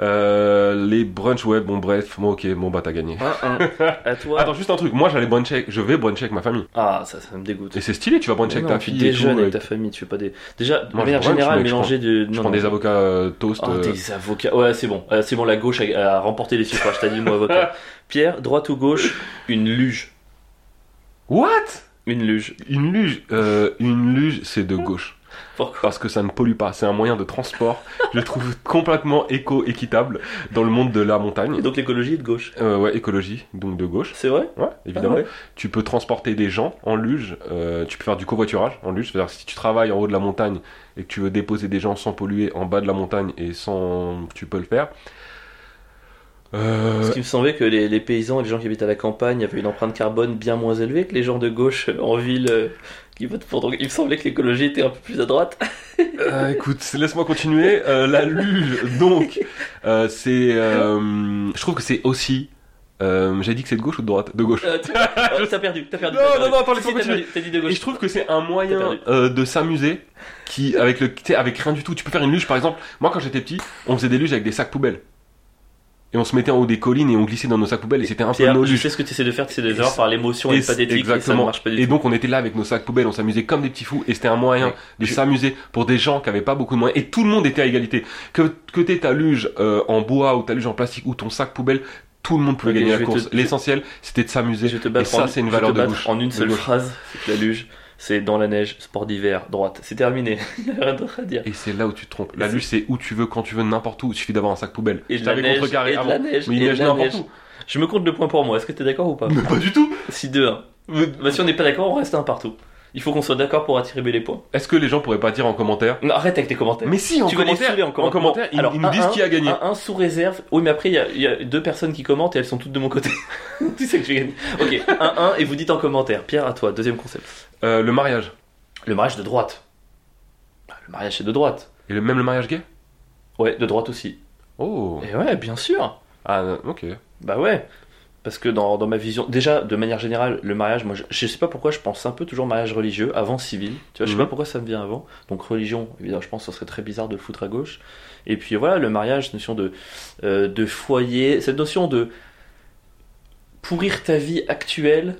S2: Euh, les brunchs, ouais, bon, bref. Moi, ok, bon, bah, t'as gagné.
S1: 1-1. À toi.
S2: Attends, juste un truc. Moi, j'allais bruncher. avec- Je vais bruncher avec ma famille.
S1: Ah, ça, ça me dégoûte.
S2: Et c'est stylé, tu vas bruncher
S1: Mais
S2: avec
S1: non,
S2: ta
S1: tu
S2: fille et tout.
S1: déjeunes avec
S2: euh,
S1: ta famille, tu fais pas des. Déjà, de
S2: Moi, je
S1: manière
S2: brunch,
S1: générale,
S2: mec, je
S1: mélanger de.
S2: Je
S1: non, non.
S2: prends des avocats euh, toast.
S1: Ah,
S2: euh,
S1: des avocats. Ouais, c'est bon. Euh, c'est bon, la gauche a, a remporté les suffrages. T'as dit le mot avocat. Pierre, droite ou gauche Une luge.
S2: What
S1: Une luge.
S2: Une luge, euh, une luge, c'est de gauche.
S1: Pourquoi
S2: Parce que ça ne pollue pas. C'est un moyen de transport. je le trouve complètement éco-équitable dans le monde de la montagne.
S1: Et donc l'écologie est de gauche.
S2: Euh, ouais, écologie, donc de gauche.
S1: C'est vrai
S2: Ouais, évidemment.
S1: Ah ouais.
S2: Tu peux transporter des gens en luge. euh, tu peux faire du covoiturage en luge. C'est-à-dire que si tu travailles en haut de la montagne et que tu veux déposer des gens sans polluer en bas de la montagne et sans, tu peux le faire. Euh,
S1: Parce qu'il me semblait que les, les paysans et les gens qui habitent à la campagne avaient une empreinte carbone bien moins élevée que les gens de gauche euh, en ville euh, qui votent pour. Donc il me semblait que l'écologie était un peu plus à droite.
S2: Euh, écoute, laisse-moi continuer. Euh, la luge, donc, euh, c'est. euh, je trouve que c'est aussi. euh, J'ai dit que c'est de gauche ou de droite De gauche.
S1: Euh, tu- euh, t'as perdu, t'as perdu.
S2: Non,
S1: t'as perdu.
S2: non, non, attends, laisse-moi
S1: Si, si, t'as
S2: continuer.
S1: perdu, T'as dit de
S2: Et je
S1: gauche.
S2: trouve que c'est un
S1: T'as
S2: moyen
S1: perdu.
S2: euh, de s'amuser qui avec le tu sais, avec rien du tout. Tu peux faire une luge par exemple. Moi quand j'étais petit, on faisait des luges avec des sacs poubelles. Et on se mettait en haut des collines et on glissait dans nos sacs poubelles et c'était un peu
S1: Pierre,
S2: nos
S1: je
S2: luges.
S1: sais ce que tu essaies de faire, tu essaies de faire par l'émotion
S2: Et
S1: et, pas d'éthique, et ça ne
S2: exactement.
S1: marche pas du
S2: Et
S1: tout.
S2: donc on était là avec nos sacs poubelles, on s'amusait comme des petits fous et c'était un moyen
S1: Ouais.
S2: de
S1: Je-
S2: s'amuser pour des gens qui avaient pas beaucoup de moyens et tout le monde était à égalité. Que que t'aies ta luge euh, en bois ou ta luge en plastique ou ton sac poubelle, tout le monde pouvait
S1: Ok,
S2: gagner
S1: je
S2: la
S1: vais te-
S2: course.
S1: je-
S2: L'essentiel c'était de
S1: Et
S2: s'amuser.
S1: je vais te battre,
S2: Et ça,
S1: en,
S2: c'est une
S1: je vais te
S2: valeur de
S1: battre
S2: gauche.
S1: en une
S2: De
S1: seule
S2: gauche.
S1: phrase, c'est que la luge, c'est dans la neige, sport d'hiver, droite. C'est terminé, il n'y a rien d'autre à dire.
S2: Et c'est là où tu te trompes.
S1: Et
S2: La
S1: c'est-
S2: luge c'est où tu veux, quand tu veux, n'importe où. Il suffit d'avoir un sac poubelle.
S1: Et
S2: Je
S1: de, la
S2: t'avais
S1: neige,
S2: contrecarré
S1: et de
S2: avant.
S1: la neige,
S2: Mais il
S1: et de
S2: neige
S1: la
S2: n'importe
S1: neige.
S2: où.
S1: Je me compte le point pour moi, est-ce que t'es d'accord ou pas
S2: Mais pas du tout.
S1: Si 2-1. Bah, si on n'est pas d'accord, on reste un partout. Il faut qu'on soit d'accord pour attribuer les points.
S2: Est-ce que les gens pourraient pas dire en commentaire
S1: Non, arrête avec tes commentaires.
S2: Mais si, en
S1: tu vas les
S2: commentaire,
S1: saouler encore.
S2: en commentaire, ils, ils nous disent qui a gagné.
S1: Un, un sous réserve. Oui, mais après, il y a- il y, a deux personnes qui commentent et elles sont toutes de mon côté. tu sais que j'ai gagné. Ok, 1-1 et vous dites en commentaire. Pierre, à toi, deuxième concept.
S2: Euh, le mariage.
S1: Le mariage de droite. Ah, Le mariage, c'est de droite.
S2: Et le, même le mariage gay
S1: Ouais, de droite aussi.
S2: Oh.
S1: Et ouais, bien sûr.
S2: Ah, non, ok.
S1: Bah ouais. Parce que dans, dans ma vision, déjà de manière générale, le mariage, moi je, je sais pas pourquoi je pense un peu toujours mariage religieux avant civil. Tu vois, je sais
S2: Mhm.
S1: pas pourquoi ça me vient avant. Donc religion, évidemment, je pense que ce serait très bizarre de le foutre à gauche. Et puis voilà, le mariage, cette notion de, euh, de foyer, cette notion de pourrir ta vie actuelle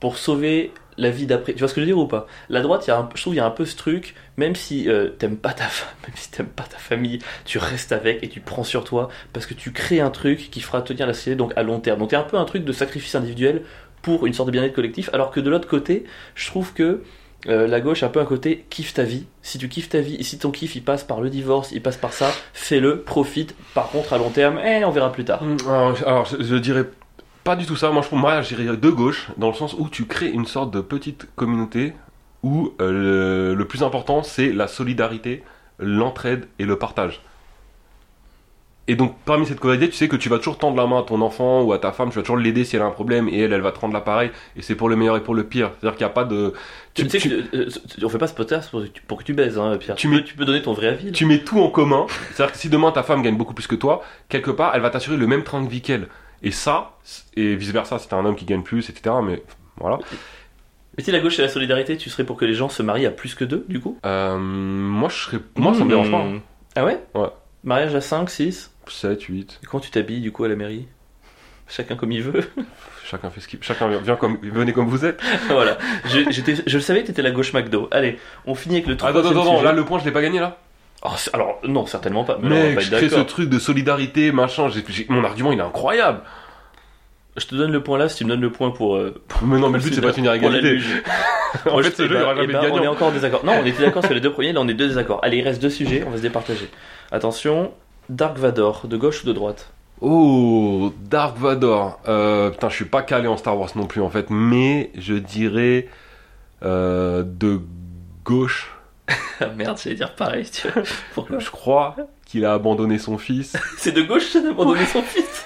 S1: pour sauver la vie d'après. Tu vois ce que je veux dire ou pas La droite, il y a un- je trouve il y a un peu ce truc, même si euh, t'aimes pas ta femme, même si t'aimes pas ta famille, tu restes avec et tu prends sur toi parce que tu crées un truc qui fera tenir la société donc à long terme. Donc il y a un peu un truc de sacrifice individuel pour une sorte de bien-être collectif, alors que de l'autre côté, je trouve que euh, la gauche a un peu un côté kiffe ta vie. Si tu kiffes ta vie, et si ton kiff il passe par le divorce, il passe par ça, fais-le, profite. Par contre, à long terme, eh, on verra plus tard.
S2: Mm, Alors, je- alors, je, je dirais pas du tout ça. Moi, je, pour moi, je dirais de gauche, dans le sens où tu crées une sorte de petite communauté où euh, le, le plus important, c'est la solidarité, l'entraide et le partage. Et donc, parmi cette communauté, tu sais que tu vas toujours tendre la main à ton enfant ou à ta femme, tu vas toujours l'aider si elle a un problème, et elle, elle va te rendre l'appareil, et c'est pour le meilleur et pour le pire. C'est-à-dire qu'il n'y a pas de.
S1: Tu, sais que euh, euh, on fait pas ce podcast pour, que tu- pour que tu baises, hein, Pierre.
S2: Tu
S1: Tu,
S2: mets-
S1: peux, tu peux donner ton vrai avis. là.
S2: tu mets tout en commun. C'est-à-dire que si demain ta femme gagne beaucoup plus que toi, quelque part, elle va t'assurer le même train de vie qu'elle. Et ça, c- et vice-versa, si t'es un homme qui gagne plus, etc. Mais voilà.
S1: Mais si la gauche et la solidarité, tu serais pour que les gens se marient à plus que deux, du coup
S2: Euh, moi, je serais. Moi, ça me dérange pas.
S1: Mmh. Ah ouais
S2: Hmm. Ouais.
S1: Mariage à 5, 6
S2: 7, 8.
S1: Comment tu t'habilles du coup à la mairie Chacun comme il veut.
S2: Chacun fait ce qu'il. Chacun vient- vient comme. Venez comme vous êtes.
S1: voilà. Je, j'étais- je le savais, t'étais la gauche McDo. Allez, on finit avec le
S2: Attends,
S1: troisième
S2: attends, attends.
S1: sujet.
S2: Là, le point, je l'ai pas gagné là.
S1: Oh, c'est- alors, non, certainement pas. Mais non, on va
S2: Mec,
S1: pas
S2: je
S1: être
S2: fais ce
S1: d'accord.
S2: truc de solidarité, machin. j'ai- j'ai- Mon argument, il est incroyable.
S1: Je te donne le point là si tu me donnes le point pour. euh,
S2: Mais non, mais le but, c'est pas de finir à
S1: pour la
S2: égalité.
S1: luge.
S2: En
S1: Je
S2: fait, ce
S1: sais
S2: jeu, il y
S1: pas.
S2: aura
S1: Eh
S2: jamais de
S1: ben, On est
S2: gagnant.
S1: encore en désaccord. Non, on était d'accord sur les deux premiers, là on est deux désaccords. Allez, il reste deux sujets, on va se départager. Attention, Dark Vador, de gauche ou de droite
S2: Oh, Dark Vador. Euh, putain, je suis pas calé en Star Wars non plus en fait, mais je dirais euh, de gauche.
S1: Ah merde, j'allais dire pareil, tu vois. Pourquoi
S2: Je crois qu'il a abandonné son fils.
S1: C'est de gauche ça d'abandonner son fils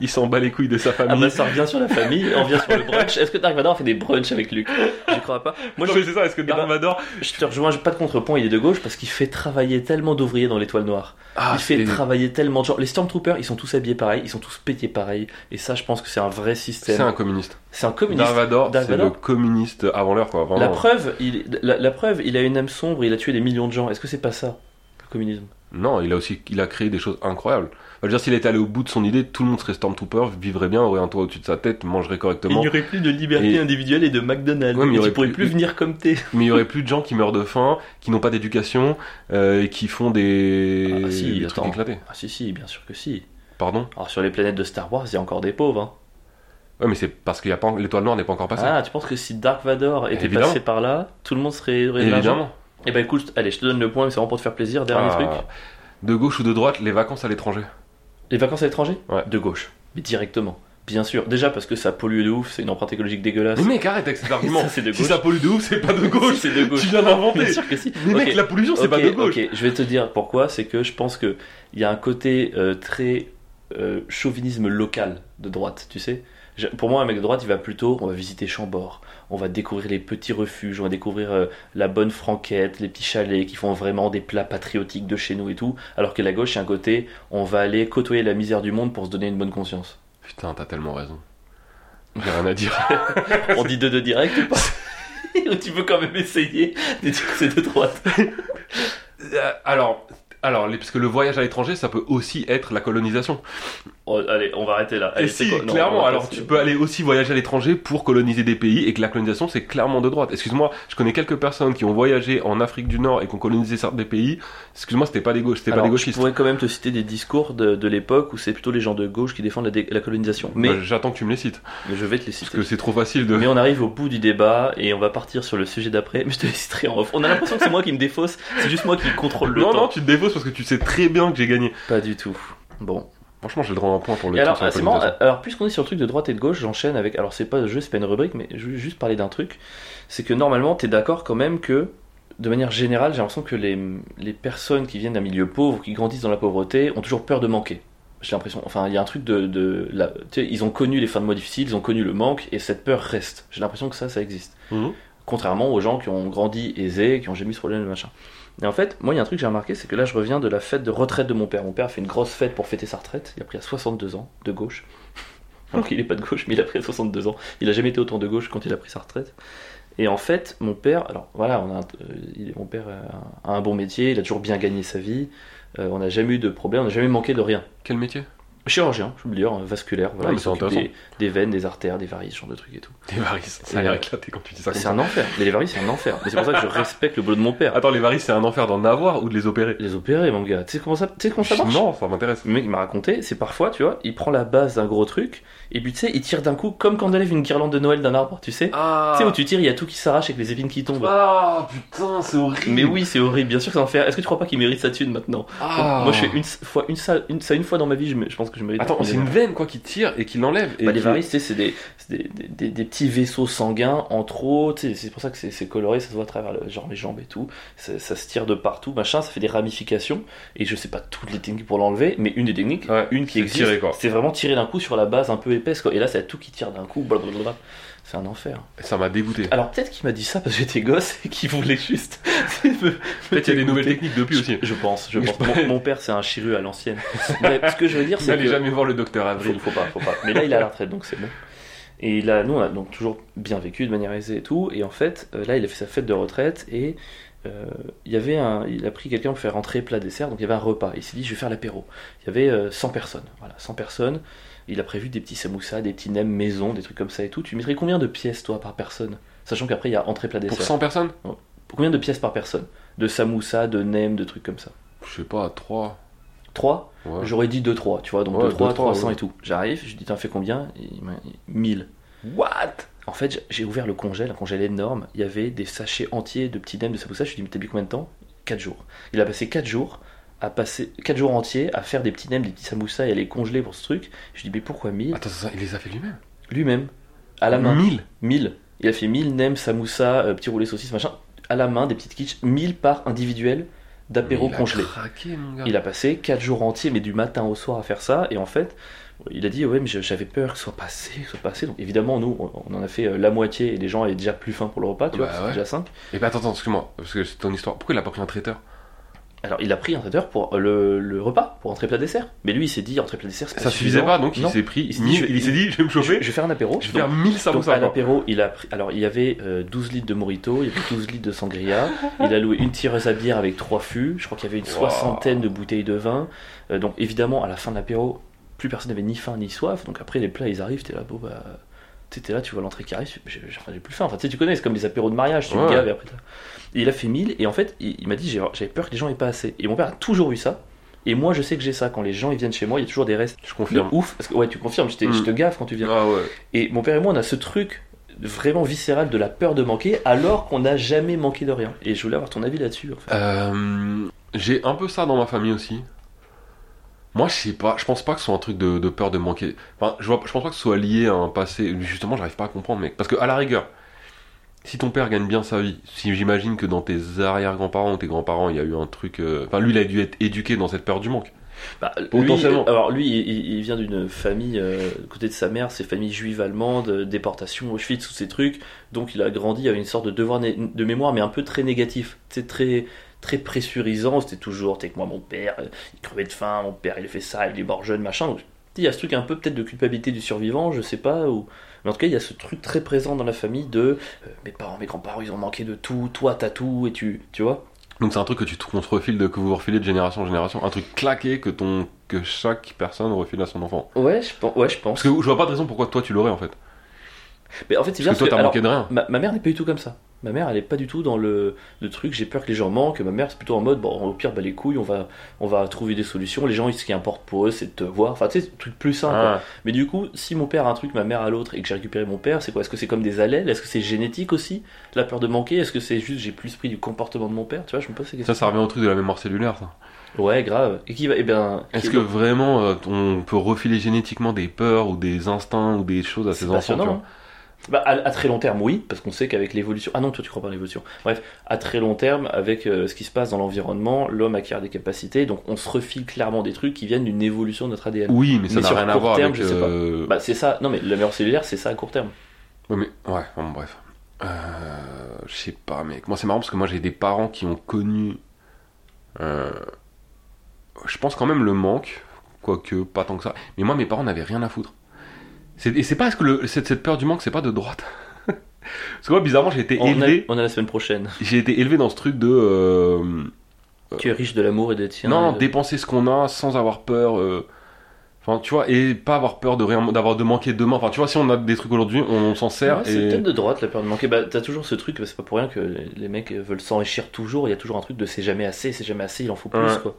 S2: Il s'en bat les couilles de sa
S1: Ah
S2: famille.
S1: bah ça revient sur la famille, on revient sur le brunch. Est-ce que Dark Vador fait des brunchs avec Luc Je crois pas. Moi
S2: Non,
S1: je,
S2: mais c'est ça. Est-ce que Dark
S1: ben-
S2: Vador
S1: je te rejoins, j'ai pas de contrepoint, il est de gauche parce qu'il fait travailler tellement d'ouvriers dans l'étoile noire.
S2: Ah,
S1: il fait
S2: et-
S1: travailler tellement de gens. Les Stormtroopers, ils sont tous habillés pareil, ils sont tous pétés pareil. Et ça, je pense que c'est un vrai
S2: C'est
S1: système.
S2: un Bah, communiste.
S1: C'est un... communiste.
S2: Dark Vador,
S1: Dark
S2: c'est
S1: Vador.
S2: le communiste avant l'heure quoi.
S1: La
S2: Vraiment.
S1: preuve, il, la, la preuve, il a une âme sombre, il a tué des millions de gens. Est-ce que c'est pas ça, le communisme
S2: Non, il a aussi, il a créé des choses incroyables. Je veux dire, s'il était allé au bout de son idée, tout le monde serait Stormtrooper, vivrait bien, aurait un toit au-dessus de sa tête, mangerait correctement.
S1: aurait plus de liberté
S2: Et-
S1: individuelle et de McDonald's.
S2: Ouais, mais il y
S1: Et tu
S2: aurait
S1: pourrais
S2: plus-
S1: plus venir comme t'es.
S2: Mais il y aurait plus de gens qui meurent de faim, qui n'ont pas d'éducation, euh, et qui font des,
S1: Ah, si,
S2: des trucs
S1: attends.
S2: éclatés.
S1: Ah si si, bien sûr que si.
S2: Pardon
S1: Alors sur les planètes de Star Wars, il y a encore des pauvres. hein.
S2: Ouais, mais c'est parce que l'étoile noire n'est pas encore passée.
S1: Ah, tu penses que si Dark Vador était
S2: Évidemment.
S1: passé par là, tout le monde serait aurait de l'argent
S2: Évidemment.
S1: Eh ben écoute, allez, je te donne le point, mais c'est vraiment pour te faire plaisir. Dernier
S2: Ah,
S1: truc, Ah,
S2: De gauche ou de droite, les vacances à l'étranger.
S1: les vacances à l'étranger
S2: Ouais.
S1: De gauche, mais directement. Bien sûr, déjà parce que ça pollue de ouf, c'est une empreinte écologique dégueulasse.
S2: Mais mec, arrête avec cet argument.
S1: Ça, c'est de
S2: si
S1: gauche.
S2: ça pollue de ouf, c'est pas de gauche.
S1: c'est de
S2: tu
S1: gauche.
S2: viens
S1: Bien
S2: d'inventer.
S1: sûr que si.
S2: Mais
S1: Ok.
S2: mec, la pollution, c'est
S1: Ok,
S2: pas de gauche.
S1: ok, je vais te dire pourquoi. C'est que je pense que il y a un côté euh, très euh, chauvinisme local de droite, tu sais. Je- Pour moi, un mec de droite, il va plutôt, on va visiter Chambord, on va découvrir les petits refuges, on va découvrir euh, la bonne franquette, les petits chalets qui font vraiment des plats patriotiques de chez nous et tout. Alors que la gauche, il y a un côté, on va aller côtoyer la misère du monde pour se donner une bonne conscience.
S2: Putain, t'as tellement raison. J'ai rien à dire.
S1: On dit deux de direct ou pas Ou tu peux quand même essayer de dire que c'est de droite
S2: Euh, alors, alors, les- parce que le voyage à l'étranger, ça peut aussi être la colonisation.
S1: Oh, Allez, on va arrêter là.
S2: Et
S1: Allez, c'est
S2: si,
S1: quoi Non, on
S2: clairement,
S1: va
S2: alors
S1: passer-
S2: tu peux aller aussi voyager à l'étranger pour coloniser des pays et que la colonisation c'est clairement de droite. Excuse-moi, je connais quelques personnes qui ont voyagé en Afrique du Nord et qui ont colonisé certains pays. Excuse-moi, c'était pas des gauches, c'était pas
S1: Alors,
S2: des
S1: Je
S2: gauchistes.
S1: pourrais quand même te citer des discours de, de l'époque où c'est plutôt les gens de gauche qui défendent la, dé- la colonisation. Mais,
S2: Bah, J'attends que tu me les cites
S1: mais je vais te les
S2: parce
S1: citer.
S2: que c'est trop facile de.
S1: Mais on arrive au bout du débat et on va partir sur le sujet d'après. Mais je te les citerai en off. On a l'impression que c'est moi qui me défausse. C'est juste moi qui contrôle le
S2: non,
S1: temps.
S2: non, tu te défausses parce que tu sais très bien que j'ai gagné.
S1: Pas du tout. Bon.
S2: Franchement, j'ai le droit à un point pour le
S1: Et alors,
S2: truc sur la
S1: c'est marrant,
S2: colonisation.
S1: alors puisqu'on est sur le truc de droite et de gauche, j'enchaîne avec. Alors c'est pas le jeu, c'est pas une rubrique, mais je veux juste parler d'un truc. C'est que normalement, t'es d'accord quand même que. De manière générale, j'ai l'impression que les, les personnes qui viennent d'un milieu pauvre, qui grandissent dans la pauvreté, ont toujours peur de manquer. J'ai l'impression, enfin, il y a un truc de. de la, tu sais, ils ont connu les fins de mois difficiles, ils ont connu le manque, et cette peur reste. J'ai l'impression que ça, ça existe.
S2: Mhm.
S1: Contrairement aux gens qui ont grandi aisés, qui ont jamais eu ce problème de machin. Et en fait, moi, il y a un truc que j'ai remarqué, c'est que là, je reviens de la fête de retraite de mon père. Mon père a fait une grosse fête pour fêter sa retraite. Il a pris à 62 ans, de gauche. Donc, il est pas de gauche, mais il a pris à 62 ans. Il a jamais été autant de gauche quand il a pris sa retraite. Et en fait, mon père, alors voilà, on a, un- euh, il- mon père a un, a un bon métier, il a toujours bien gagné sa vie. Euh, on n'a jamais eu de problème, on n'a jamais manqué de rien.
S2: Quel métier
S1: Chirurgien, je veux dire, euh, vasculaire. Voilà,
S2: Ah, mais
S1: il
S2: c'est
S1: s'occupe
S2: intéressant.
S1: des, des veines, des artères, des varices, ce genre de trucs et tout.
S2: Des varices. Ça a
S1: Et,
S2: l'air
S1: euh,
S2: éclaté quand tu dis ça. comme
S1: C'est
S2: ça.
S1: un enfer. Mais les varices, c'est un enfer. Mais c'est pour ça que je respecte le boulot de mon père.
S2: Attends, les varices, c'est un enfer d'en avoir ou de les opérer
S1: Les opérer, mon gars. Tu sais comment ça, tu sais comment ça marche
S2: Non, ça m'intéresse.
S1: Le mec il m'a raconté, c'est parfois, tu vois, il prend la base d'un gros truc, et puis tu sais, il tire d'un coup, comme quand on élève une guirlande de Noël d'un arbre, tu sais.
S2: Ah,
S1: Tu sais, où tu tires, il y a tout qui s'arrache avec les épines qui tombent.
S2: ah putain, c'est horrible.
S1: Mais oui, c'est horrible, bien sûr que c'est un enfer. Est-ce que tu crois pas qu'il mérite sa thune maintenant
S2: Ah.
S1: Moi, je fais une fois, une salle, une, ça une fois dans ma vie, je, me- je pense que je mérite.
S2: Attends, c'est une veine quoi qui tire et qui l'enlève. et
S1: Bah, les
S2: qui-
S1: varices, tu sais, c'est des, c'est des, des- des- des petits vaisseaux sanguins en trop, tu sais, c'est pour ça que c'est c'est coloré, ça se voit à travers le- genre les jambes et tout, ça, ça se tire de partout, machin, ça fait des ramifications, et je sais pas toutes les techniques pour l'enlever, mais une des techniques,
S2: Ouais,
S1: une qui
S2: Ah, c'est
S1: existe,
S2: tirer, quoi.
S1: c'est vraiment tirer d'un coup sur la base un peu épaisse, quoi. et là c'est tout qui tire d'un coup, blablabla. c'est un enfer.
S2: Ça m'a dégoûté.
S1: Alors peut-être qu'il m'a dit ça parce que j'étais gosse et qu'il voulait juste...
S2: Peut-être
S1: Peut-être
S2: il y a des nouvelles techniques depuis aussi.
S1: Je pense, je pense. Mon, mon père c'est un chiru à l'ancienne. Mais ce que je veux dire c'est
S2: N'allez
S1: que...
S2: jamais voir le docteur
S1: Faut,
S2: Avril.
S1: faut pas, faut pas. Mais là, il est à la retraite, donc c'est bon. Et là, nous, on a donc toujours bien vécu de manière aisée et tout. Et en fait, euh, là, il a fait sa fête de retraite et euh, il y avait un, il a pris quelqu'un pour faire rentrer plat dessert. Donc il y avait un repas. Il s'est dit, je vais faire l'apéro. Il y avait euh, 100 personnes. Voilà, 100 personnes. Il a prévu des petits samoussas, des petits nems maison, des trucs comme ça et tout. Tu mettrais combien de pièces toi par personne Sachant qu'après il y a entrée plat
S2: Pour
S1: dessert.
S2: 100 personnes
S1: Pour combien de pièces par personne De samoussas, de nems, de trucs comme ça.
S2: Je sais pas, 3.
S1: 3
S2: Ouais.
S1: J'aurais dit 2-3, tu vois, donc
S2: Ouais,
S1: 2-3,
S2: 2-3,
S1: 300
S2: ouais.
S1: et tout. J'arrive, je dis, t'en fais combien Il m'a- 1000.
S2: What
S1: En fait, j'ai- j'ai ouvert le congèle, un congèle énorme. Il y avait des sachets entiers de petits nems de samoussa. Je lui ai dit, mais t'as bu combien de temps 4 jours. Il a passé 4 jours à passer 4 jours entiers à faire des petits nems, des petits samoussas et à les congeler pour ce truc. Je lui ai dit, mais pourquoi 1000
S2: Attends, ça, ça, il les a fait lui-même
S1: Lui-même, à la main.
S2: 1000
S1: 1000. Il a fait 1000 nems, samoussa, euh, petits roulés saucisses, machin, à la main, des petites quiches, 1000 parts individuelles d'apéro congelé.
S2: Il a craqué, mon gars.
S1: Ah. Il a passé 4 jours entiers, mais du matin au soir à faire ça. Et en fait, il a dit Ouais, mais j'avais peur que ce soit passé, que ce soit passé. Donc évidemment, nous, on on en a fait euh, la moitié et les gens avaient déjà plus faim pour le repas, tu
S2: Bah
S1: vois, c'est
S2: ouais.
S1: déjà 5.
S2: Et bah attends, attends, excuse-moi, parce que c'est ton histoire. Pourquoi il a pas pris un traiteur
S1: Alors il a pris un traiteur pour euh, le, le repas, pour entrée plat dessert. Mais lui, il s'est dit Entrée plat dessert, c'est pas
S2: Ça suffisait
S1: suffisant.
S2: pas, donc il
S1: Ah, Non.
S2: s'est pris.
S1: Il
S2: Il
S1: s'est
S2: s'est
S1: dit, je-
S2: dit, je vais me
S1: Je,
S2: chauffer,
S1: je vais faire un apéro.
S2: je vais
S1: Donc-
S2: faire 1000
S1: Donc
S2: samoussas.
S1: à
S2: quoi.
S1: l'apéro, il a pris. Alors il y avait euh, 12 litres de Morito, il y avait 12 litres de sangria, il a loué une tireuse à bière avec trois fûts, je crois qu'il y avait une
S2: Wow.
S1: soixantaine de bouteilles de vin. Euh, donc évidemment, à la fin de l'apéro, plus personne n'avait ni faim ni soif. Donc après, les plats ils arrivent, t'es là, bon bah. t'es- T'es là, tu vois l'entrée qui arrive, tu- j'ai enfin, j'ai plus faim. Enfin, tu sais, tu connais, c'est comme les apéros de mariage, tu
S2: Ouais.
S1: le gaves et après t'as- Et il a fait 1000 et en fait, il, il m'a dit j'ai- j'avais peur que les gens aient pas assez. Et mon père a toujours eu ça. Et moi, je sais que j'ai ça. Quand les gens ils viennent chez moi, il y a toujours des restes
S2: Je
S1: de
S2: confirme.
S1: ouf. Parce que ouais, tu confirmes, je, t'ai-
S2: Mm.
S1: je te gaffe quand tu viens.
S2: Ah ouais.
S1: Et mon père et moi, on a ce truc vraiment viscéral de la peur de manquer, alors qu'on n'a jamais manqué de rien. Et je voulais avoir ton avis là-dessus. En fait.
S2: Euh, j'ai un peu ça dans ma famille aussi. Moi, je sais pas, je pense pas que ce soit un truc de, de peur de manquer. Enfin, je, vois, je pense pas que ce soit lié à un passé. Justement, j'arrive pas à comprendre, mec. Parce que, à la rigueur, si ton père gagne bien sa vie, si j'imagine que dans tes arrière-grands-parents ou tes grands-parents, il y a eu un truc. euh, Enfin, lui, il a dû être éduqué dans cette peur du manque.
S1: Bah, lui,
S2: potentiellement.
S1: alors lui, il, il- il vient d'une famille, euh, côté de sa mère, c'est famille juive allemande, euh, déportation, Auschwitz, tous ces trucs. Donc il a grandi avec une sorte de devoir né- de mémoire, mais un peu très négatif. C'est très très pressurisant. C'était toujours, t'es que moi, mon père, euh, il crevait de faim, mon père, il a fait ça, il est mort jeune, machin. Donc, il y a ce truc un peu peut-être de culpabilité du survivant, je sais pas, ou... mais en tout cas il y a ce truc très présent dans la famille de euh, mes parents, mes grands-parents, ils ont manqué de tout, toi t'as tout, et tu, tu vois
S2: Donc, c'est un truc que tu te- qu'on te refile, de, que vous refilez de génération en génération. Un truc claqué que, ton, que chaque personne refile à son enfant.
S1: Ouais, je pense. Ouais, je pense.
S2: Parce que je vois pas de raison pourquoi toi tu l'aurais en fait.
S1: Mais en fait, c'est bien
S2: Parce que toi, t'as
S1: alors,
S2: manqué de rien.
S1: Ma, ma mère n'est pas du tout comme ça. Ma mère, elle est pas du tout dans le, le truc. J'ai peur que les gens manquent. Ma mère, c'est plutôt en mode, bon, au pire, bah les couilles, on va, on va trouver des solutions. Les gens, ce qui importe pour eux, c'est de te voir. Enfin, tu sais, c'est le truc plus simple. quoi.
S2: Ah,
S1: Mais du coup, si mon père a un truc, ma mère a l'autre, et que j'ai récupéré mon père, c'est quoi Est-ce que c'est comme des allèles Est-ce que c'est génétique aussi La peur de manquer Est-ce que c'est juste j'ai plus pris du comportement de mon père Tu vois, je me pose ces
S2: ça,
S1: questions.
S2: ça revient au truc de la mémoire cellulaire, ça.
S1: Ouais, grave. Et qui va Eh ben,
S2: Est-ce
S1: qui-
S2: que vraiment euh, on peut refiler génétiquement des peurs ou des instincts ou des choses à
S1: C'est
S2: ses enfants tu
S1: passionnant,
S2: vois
S1: hein. Bah, à, à très long terme, oui, parce qu'on sait qu'avec l'évolution. Ah non, toi tu crois pas en l'évolution. Bref, à très long terme, avec euh, ce qui se passe dans l'environnement, l'homme acquiert des capacités, donc on se refile clairement des trucs qui viennent d'une évolution de notre ADN.
S2: Oui, mais ça
S1: Mais
S2: n'a
S1: sur
S2: rien à
S1: court
S2: voir
S1: terme,
S2: avec.
S1: je sais pas.
S2: euh,
S1: Bah c'est ça, non mais la mémoire cellulaire c'est ça à court terme.
S2: ouais, mais- ouais, bon, bref. Euh, je sais pas, mec. Moi, c'est marrant parce que moi, j'ai des parents qui ont connu. euh, je pense quand même le manque, quoique pas tant que ça. Mais moi, mes parents n'avaient rien à foutre. C'est- Et c'est pas est-ce que le- cette, cette peur du manque, c'est pas de droite. parce que moi, bizarrement, j'ai été
S1: On a,
S2: élevé.
S1: on a la semaine prochaine.
S2: J'ai été élevé dans ce truc de. euh,
S1: Tu es riche de l'amour et des tiens.
S2: non,
S1: et de-
S2: dépenser ce qu'on a sans avoir peur. euh, Enfin, tu vois, et pas avoir peur de rien, d'avoir de manquer demain. Enfin, tu vois, si on a des trucs aujourd'hui, on, on s'en sert.
S1: Ouais, C'est
S2: et...
S1: peut-être de droite la peur de manquer. Bah, t'as toujours ce truc, bah, c'est pas pour rien que les les mecs veulent s'enrichir toujours. Il y a toujours un truc de c'est jamais assez, c'est jamais assez, il en faut plus.
S2: Ouais.
S1: Quoi.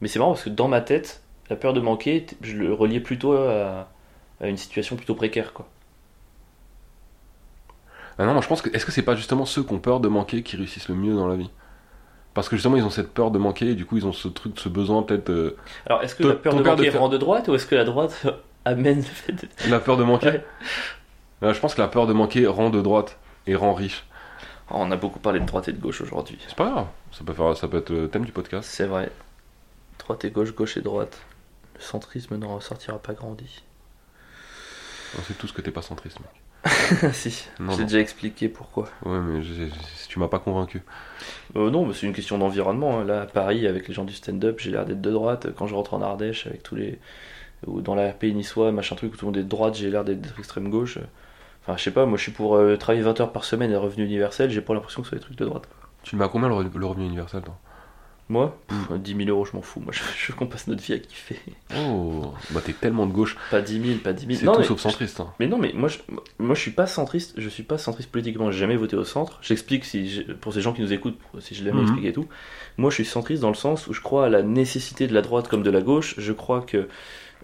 S1: Mais c'est marrant parce que dans ma tête, la peur de manquer, t- je le reliais plutôt à, à une situation plutôt précaire. Quoi.
S2: Ah non, moi je pense que. Est-ce que c'est pas justement ceux qui ont peur de manquer qui réussissent le mieux dans la vie Parce que justement, ils ont cette peur de manquer et du coup, ils ont ce truc, ce besoin peut-être. euh,
S1: Alors est-ce que
S2: Ton-
S1: la peur
S2: ton
S1: de
S2: père de
S1: manquer
S2: faire-
S1: rend de droite ou est-ce que la droite amène le fait de...
S2: la peur de manquer.
S1: Ouais.
S2: Euh, je pense que la peur de manquer rend de droite et rend riche.
S1: Oh, On a beaucoup parlé de droite et de gauche aujourd'hui.
S2: C'est pas grave, ça peut, faire, ça peut être le thème du podcast.
S1: C'est vrai. Droite et gauche, gauche et droite. Le centrisme n'en ressortira pas grandi.
S2: On sait tous que t'es pas centriste, mec.
S1: si,
S2: Non,
S1: j'ai
S2: non.
S1: déjà expliqué pourquoi.
S2: Ouais, mais je- je- tu m'as pas convaincu.
S1: Euh, non, mais c'est une question d'environnement. hein. Là, à Paris, avec les gens du stand-up, j'ai l'air d'être de droite. Quand je rentre en Ardèche, avec tous les. ou dans la RP niçois, machin truc, où tout le monde est de droite, j'ai l'air d'être d'extrême gauche. Enfin, je sais pas, moi je suis pour euh, travailler 20 heures par semaine et revenu universel, j'ai pas l'impression que ce soit des trucs de droite. quoi.
S2: Tu le mets à combien le, re- le revenu universel, toi
S1: Moi, pff, 10 000 euros, je m'en fous. Moi, je, je veux qu'on passe notre vie à kiffer.
S2: Oh, bah t'es tellement de gauche.
S1: Pas 10 000, pas 10 000.
S2: C'est
S1: Non,
S2: tout
S1: mais-
S2: sauf centriste. hein.
S1: Mais non, mais moi je, moi je suis pas centriste, je suis pas centriste politiquement, j'ai jamais voté au centre. J'explique si j'ai- pour ces gens qui nous écoutent, pour- si je l'ai bien
S2: Mhm.
S1: expliqué et tout. Moi je suis centriste dans le sens où je crois à la nécessité de la droite comme de la gauche, je crois que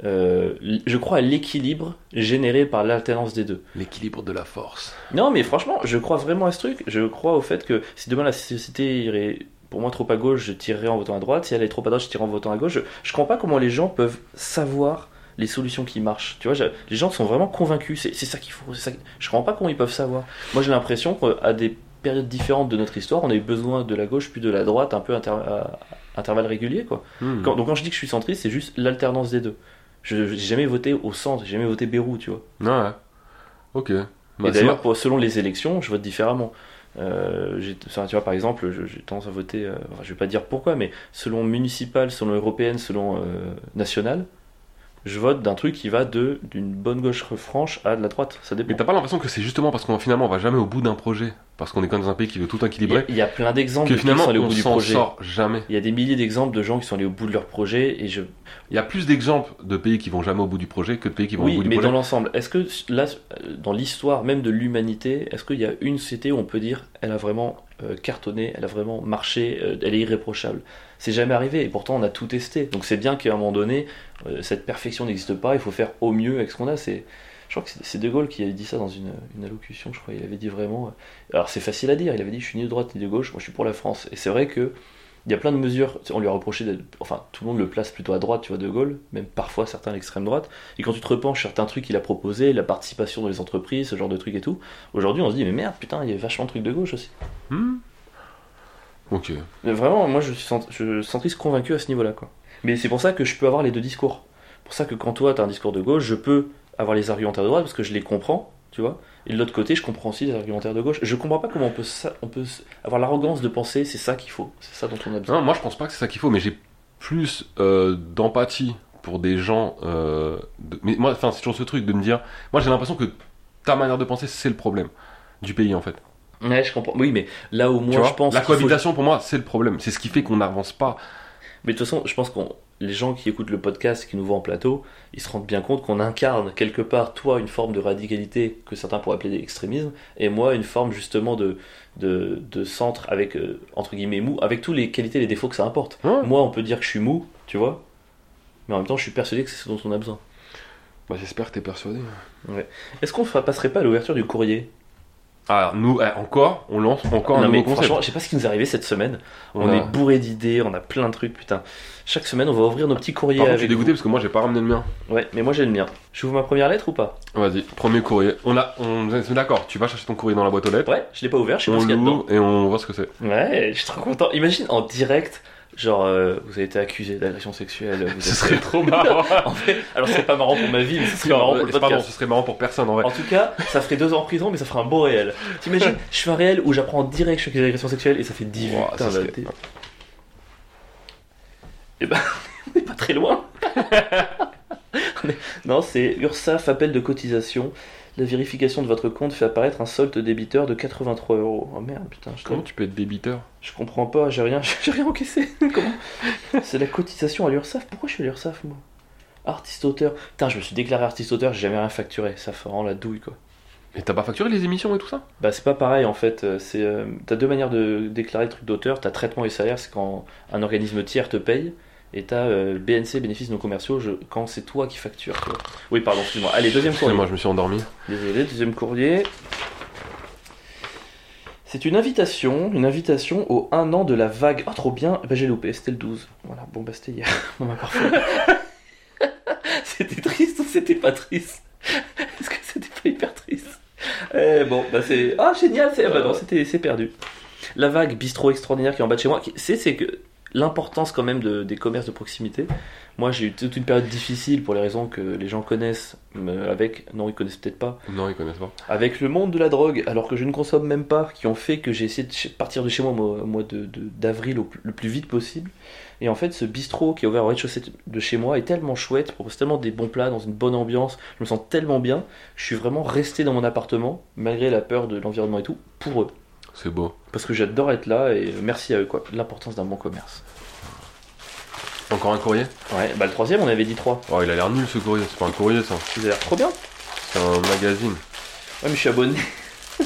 S1: euh, l- je crois à l'équilibre généré par l'alternance des deux.
S2: L'équilibre de la force.
S1: Non, mais franchement, je crois vraiment à ce truc. Je crois au fait que si demain la société irait pour moi trop à gauche, je tirerais en votant à droite. Si elle est trop à droite, je tirerais en votant à gauche. Je, je comprends pas comment les gens peuvent savoir les solutions qui marchent. Tu vois, je- les gens sont vraiment convaincus. C'est c'est ça qu'il faut. c'est Ça... qui- Je comprends pas comment ils peuvent savoir. Moi, j'ai l'impression qu'à des périodes différentes de notre histoire, on a eu besoin de la gauche puis de la droite un peu inter- à à intervalles réguliers, quoi.
S2: Hmm.
S1: Quand- donc quand je dis que je suis centriste, c'est juste l'alternance des deux. Je j'ai jamais voté au centre, j'ai jamais voté Bérou, tu vois
S2: Ouais. Ok. Bah,
S1: et
S2: c'est
S1: d'ailleurs, pour- selon les élections, je vote différemment. Euh, j'ai- enfin, tu vois, par exemple, je- j'ai tendance à voter, euh, enfin, je vais pas dire pourquoi, mais selon municipal, selon européenne, selon euh, nationale, je vote d'un truc qui va de d'une bonne gauche franche à de la droite. Ça dépend.
S2: Mais t'as pas l'impression que c'est justement parce qu'on finalement on va jamais au bout d'un projet, parce qu'on est quand même dans un pays qui veut tout
S1: Il y, a,
S2: équilibrer,
S1: il y a plein d'exemples
S2: que
S1: de gens qui
S2: finalement
S1: sont allés au
S2: on
S1: bout du
S2: s'en
S1: projet.
S2: sort jamais.
S1: Il y a des milliers d'exemples de gens qui sont allés au bout de leur projet et je.
S2: Il y a plus d'exemples de pays qui vont jamais au bout du projet que de pays qui vont au
S1: Oui,
S2: bout du
S1: mais dans
S2: projet.
S1: l'ensemble, est-ce que là, euh, dans l'histoire même de l'humanité, est-ce qu'il y a une société où on peut dire elle a vraiment euh, cartonné, elle a vraiment marché, euh, elle est irréprochable C'est jamais arrivé et pourtant on a tout testé. Donc c'est bien qu'à un moment donné, euh, cette perfection n'existe pas, il faut faire au mieux avec ce qu'on a. C'est je crois que c'est- c'est De Gaulle qui avait dit ça dans une, une allocution, je crois. Il avait dit vraiment. euh, Alors c'est facile à dire, il avait dit je suis ni de droite ni de gauche, moi je suis pour la France. Et c'est vrai que il y a plein de mesures, on lui a reproché d'être. Enfin, tout le monde le place plutôt à droite, tu vois, De Gaulle, même parfois certains à l'extrême droite. Et quand tu te repenches sur certains trucs qu'il a proposé, la participation dans les entreprises, ce genre de trucs et tout, aujourd'hui on se dit, mais merde, putain, il y a vachement de trucs de gauche aussi.
S2: Hmm ok.
S1: Mais vraiment, moi je suis cent- je- centriste convaincu à ce niveau-là. quoi. Mais c'est pour ça que je peux avoir les deux discours. pour ça que quand toi t'as un discours de gauche, je peux avoir les argumentaires de droite parce que je les comprends, tu vois. Et de l'autre côté, je comprends aussi les argumentaires de gauche. Je comprends pas comment on peut, ça, on peut s- avoir l'arrogance de penser c'est ça qu'il faut, c'est ça dont on a besoin.
S2: Non, moi je pense pas que c'est ça qu'il faut, mais j'ai plus euh, d'empathie pour des gens. euh, de- Mais moi, enfin, c'est toujours ce truc de me dire, moi j'ai l'impression que ta manière de penser c'est le problème du pays en fait.
S1: Ouais, je comprends. Oui, mais là au
S2: tu
S1: moins
S2: vois
S1: je pense.
S2: la
S1: qu'il faut-
S2: cohabitation pour moi c'est le problème, c'est ce qui fait qu'on n'avance pas.
S1: Mais de toute façon, je pense qu'on les gens qui écoutent le podcast, qui nous voient en plateau, ils se rendent bien compte qu'on incarne quelque part, toi, une forme de radicalité que certains pourraient appeler extrémisme, et moi, une forme justement de, de, de centre avec, euh, entre guillemets, mou, avec tous les qualités et les défauts que ça importe.
S2: Ouais.
S1: Moi, on peut dire que je suis mou, tu vois, mais en même temps, je suis persuadé que c'est ce dont on a besoin.
S2: Bah, j'espère que t'es persuadé.
S1: Est-ce qu'on fa- passerait pas à l'ouverture du courrier
S2: Alors nous, eh, encore, on lance encore un
S1: Non, mais
S2: nouveau concept.
S1: franchement, je sais pas ce qui nous est arrivé cette semaine. On,
S2: a-
S1: est bourré d'idées, on a plein de trucs, putain. Chaque semaine, on va ouvrir nos petits courriers
S2: Par contre, je
S1: avec
S2: suis dégoûté parce que moi j'ai pas ramené le mien.
S1: vous. Ouais, mais moi, j'ai le mien. J'ouvre ma première lettre ou pas
S2: Vas-y, premier courrier. On a, on est d'accord. Tu vas chercher ton courrier dans la boîte aux lettres.
S1: Ouais, je l'ai pas ouvert, je sais pas
S2: on
S1: ce qu'il y a dedans.
S2: l'ouvre et on voit ce que c'est.
S1: Ouais, je suis trop content. Imagine en direct, genre, euh, vous avez été accusé d'agression sexuelle. Vous
S2: Ce
S1: êtes-
S2: serait trop marrant.
S1: En fait, alors, c'est pas marrant pour ma vie, mais ce serait marrant pour le
S2: C'est pas bon,
S1: podcast. Oh,
S2: ce serait marrant pour personne en vrai.
S1: En tout cas, ça ferait deux ans en prison, mais ça ferait un beau réel. T'imagines, je fais un réel où j'apprends en direct que je suis accusé d'agression sexuelle et ça fait 10 vues.
S2: Ouah, ça
S1: Putain,
S2: serait-
S1: là, t'es- Eh ben, on n'est pas très loin. Mais- non, c'est URSAF appel de cotisation. La vérification de votre compte fait apparaître un solde débiteur de 83 euros. Oh merde, putain, je
S2: Comment tu peux être débiteur
S1: Je comprends pas, j'ai rien, j'ai rien encaissé. Comment C'est la cotisation à l'URSSAF. Pourquoi je suis à l'URSSAF moi Artiste-auteur. Putain, je me suis déclaré artiste-auteur, j'ai jamais rien facturé. Ça fait vraiment la douille, quoi.
S2: Mais t'as pas facturé les émissions et tout ça
S1: Bah, c'est pas pareil, en fait. euh, c'est, euh, t'as deux manières de déclarer le truc d'auteur. T'as traitement et salaire, c'est quand un organisme tiers te paye. Et t'as euh, BNC, bénéfices non commerciaux, je- quand c'est toi qui factures. quoi. Oui, pardon, excuse-moi. Allez, deuxième courrier.
S2: Moi, je me suis endormi.
S1: Désolé, deuxième courrier. C'est une invitation, une invitation au 1 an de la vague. Ah, trop bien, Eh ben, j'ai loupé, c'était le 12. Voilà, bon, bah, c'était hier. Bon, bah, parfait. c'était triste ou c'était pas triste Est-ce que c'était pas hyper triste Eh, Bon, bah, c'est. Ah, génial, c'est. ah, bah, non, c'était- c'est perdu. La vague bistrot extraordinaire qui est en bas de chez moi, qui- c'est c'est que l'importance quand même de- des commerces de proximité. Moi, j'ai eu toute une période difficile pour les raisons que les gens connaissent, mais avec. Non, ils connaissent peut-être pas
S2: Non, ils connaissent pas.
S1: avec le monde de la drogue, alors que je ne consomme même pas, qui ont fait que j'ai essayé de chez- partir de chez moi au mois de- de- d'avril au plus- le plus vite possible. Et en fait, ce bistrot qui est ouvert au rez-de-chaussée de chez moi est tellement chouette, propose tellement des bons plats, dans une bonne ambiance, je me sens tellement bien, je suis vraiment resté dans mon appartement, malgré la peur de l'environnement et tout, pour eux.
S2: C'est beau.
S1: Parce que j'adore être là et merci à eux, quoi. L'importance d'un bon commerce.
S2: Encore un courrier
S1: Ouais, bah le troisième, on avait dit trois.
S2: Oh, il a l'air nul ce courrier. C'est pas un courrier ça.
S1: Vous avez l'air trop bien.
S2: C'est un magazine.
S1: Ouais, mais je suis abonné.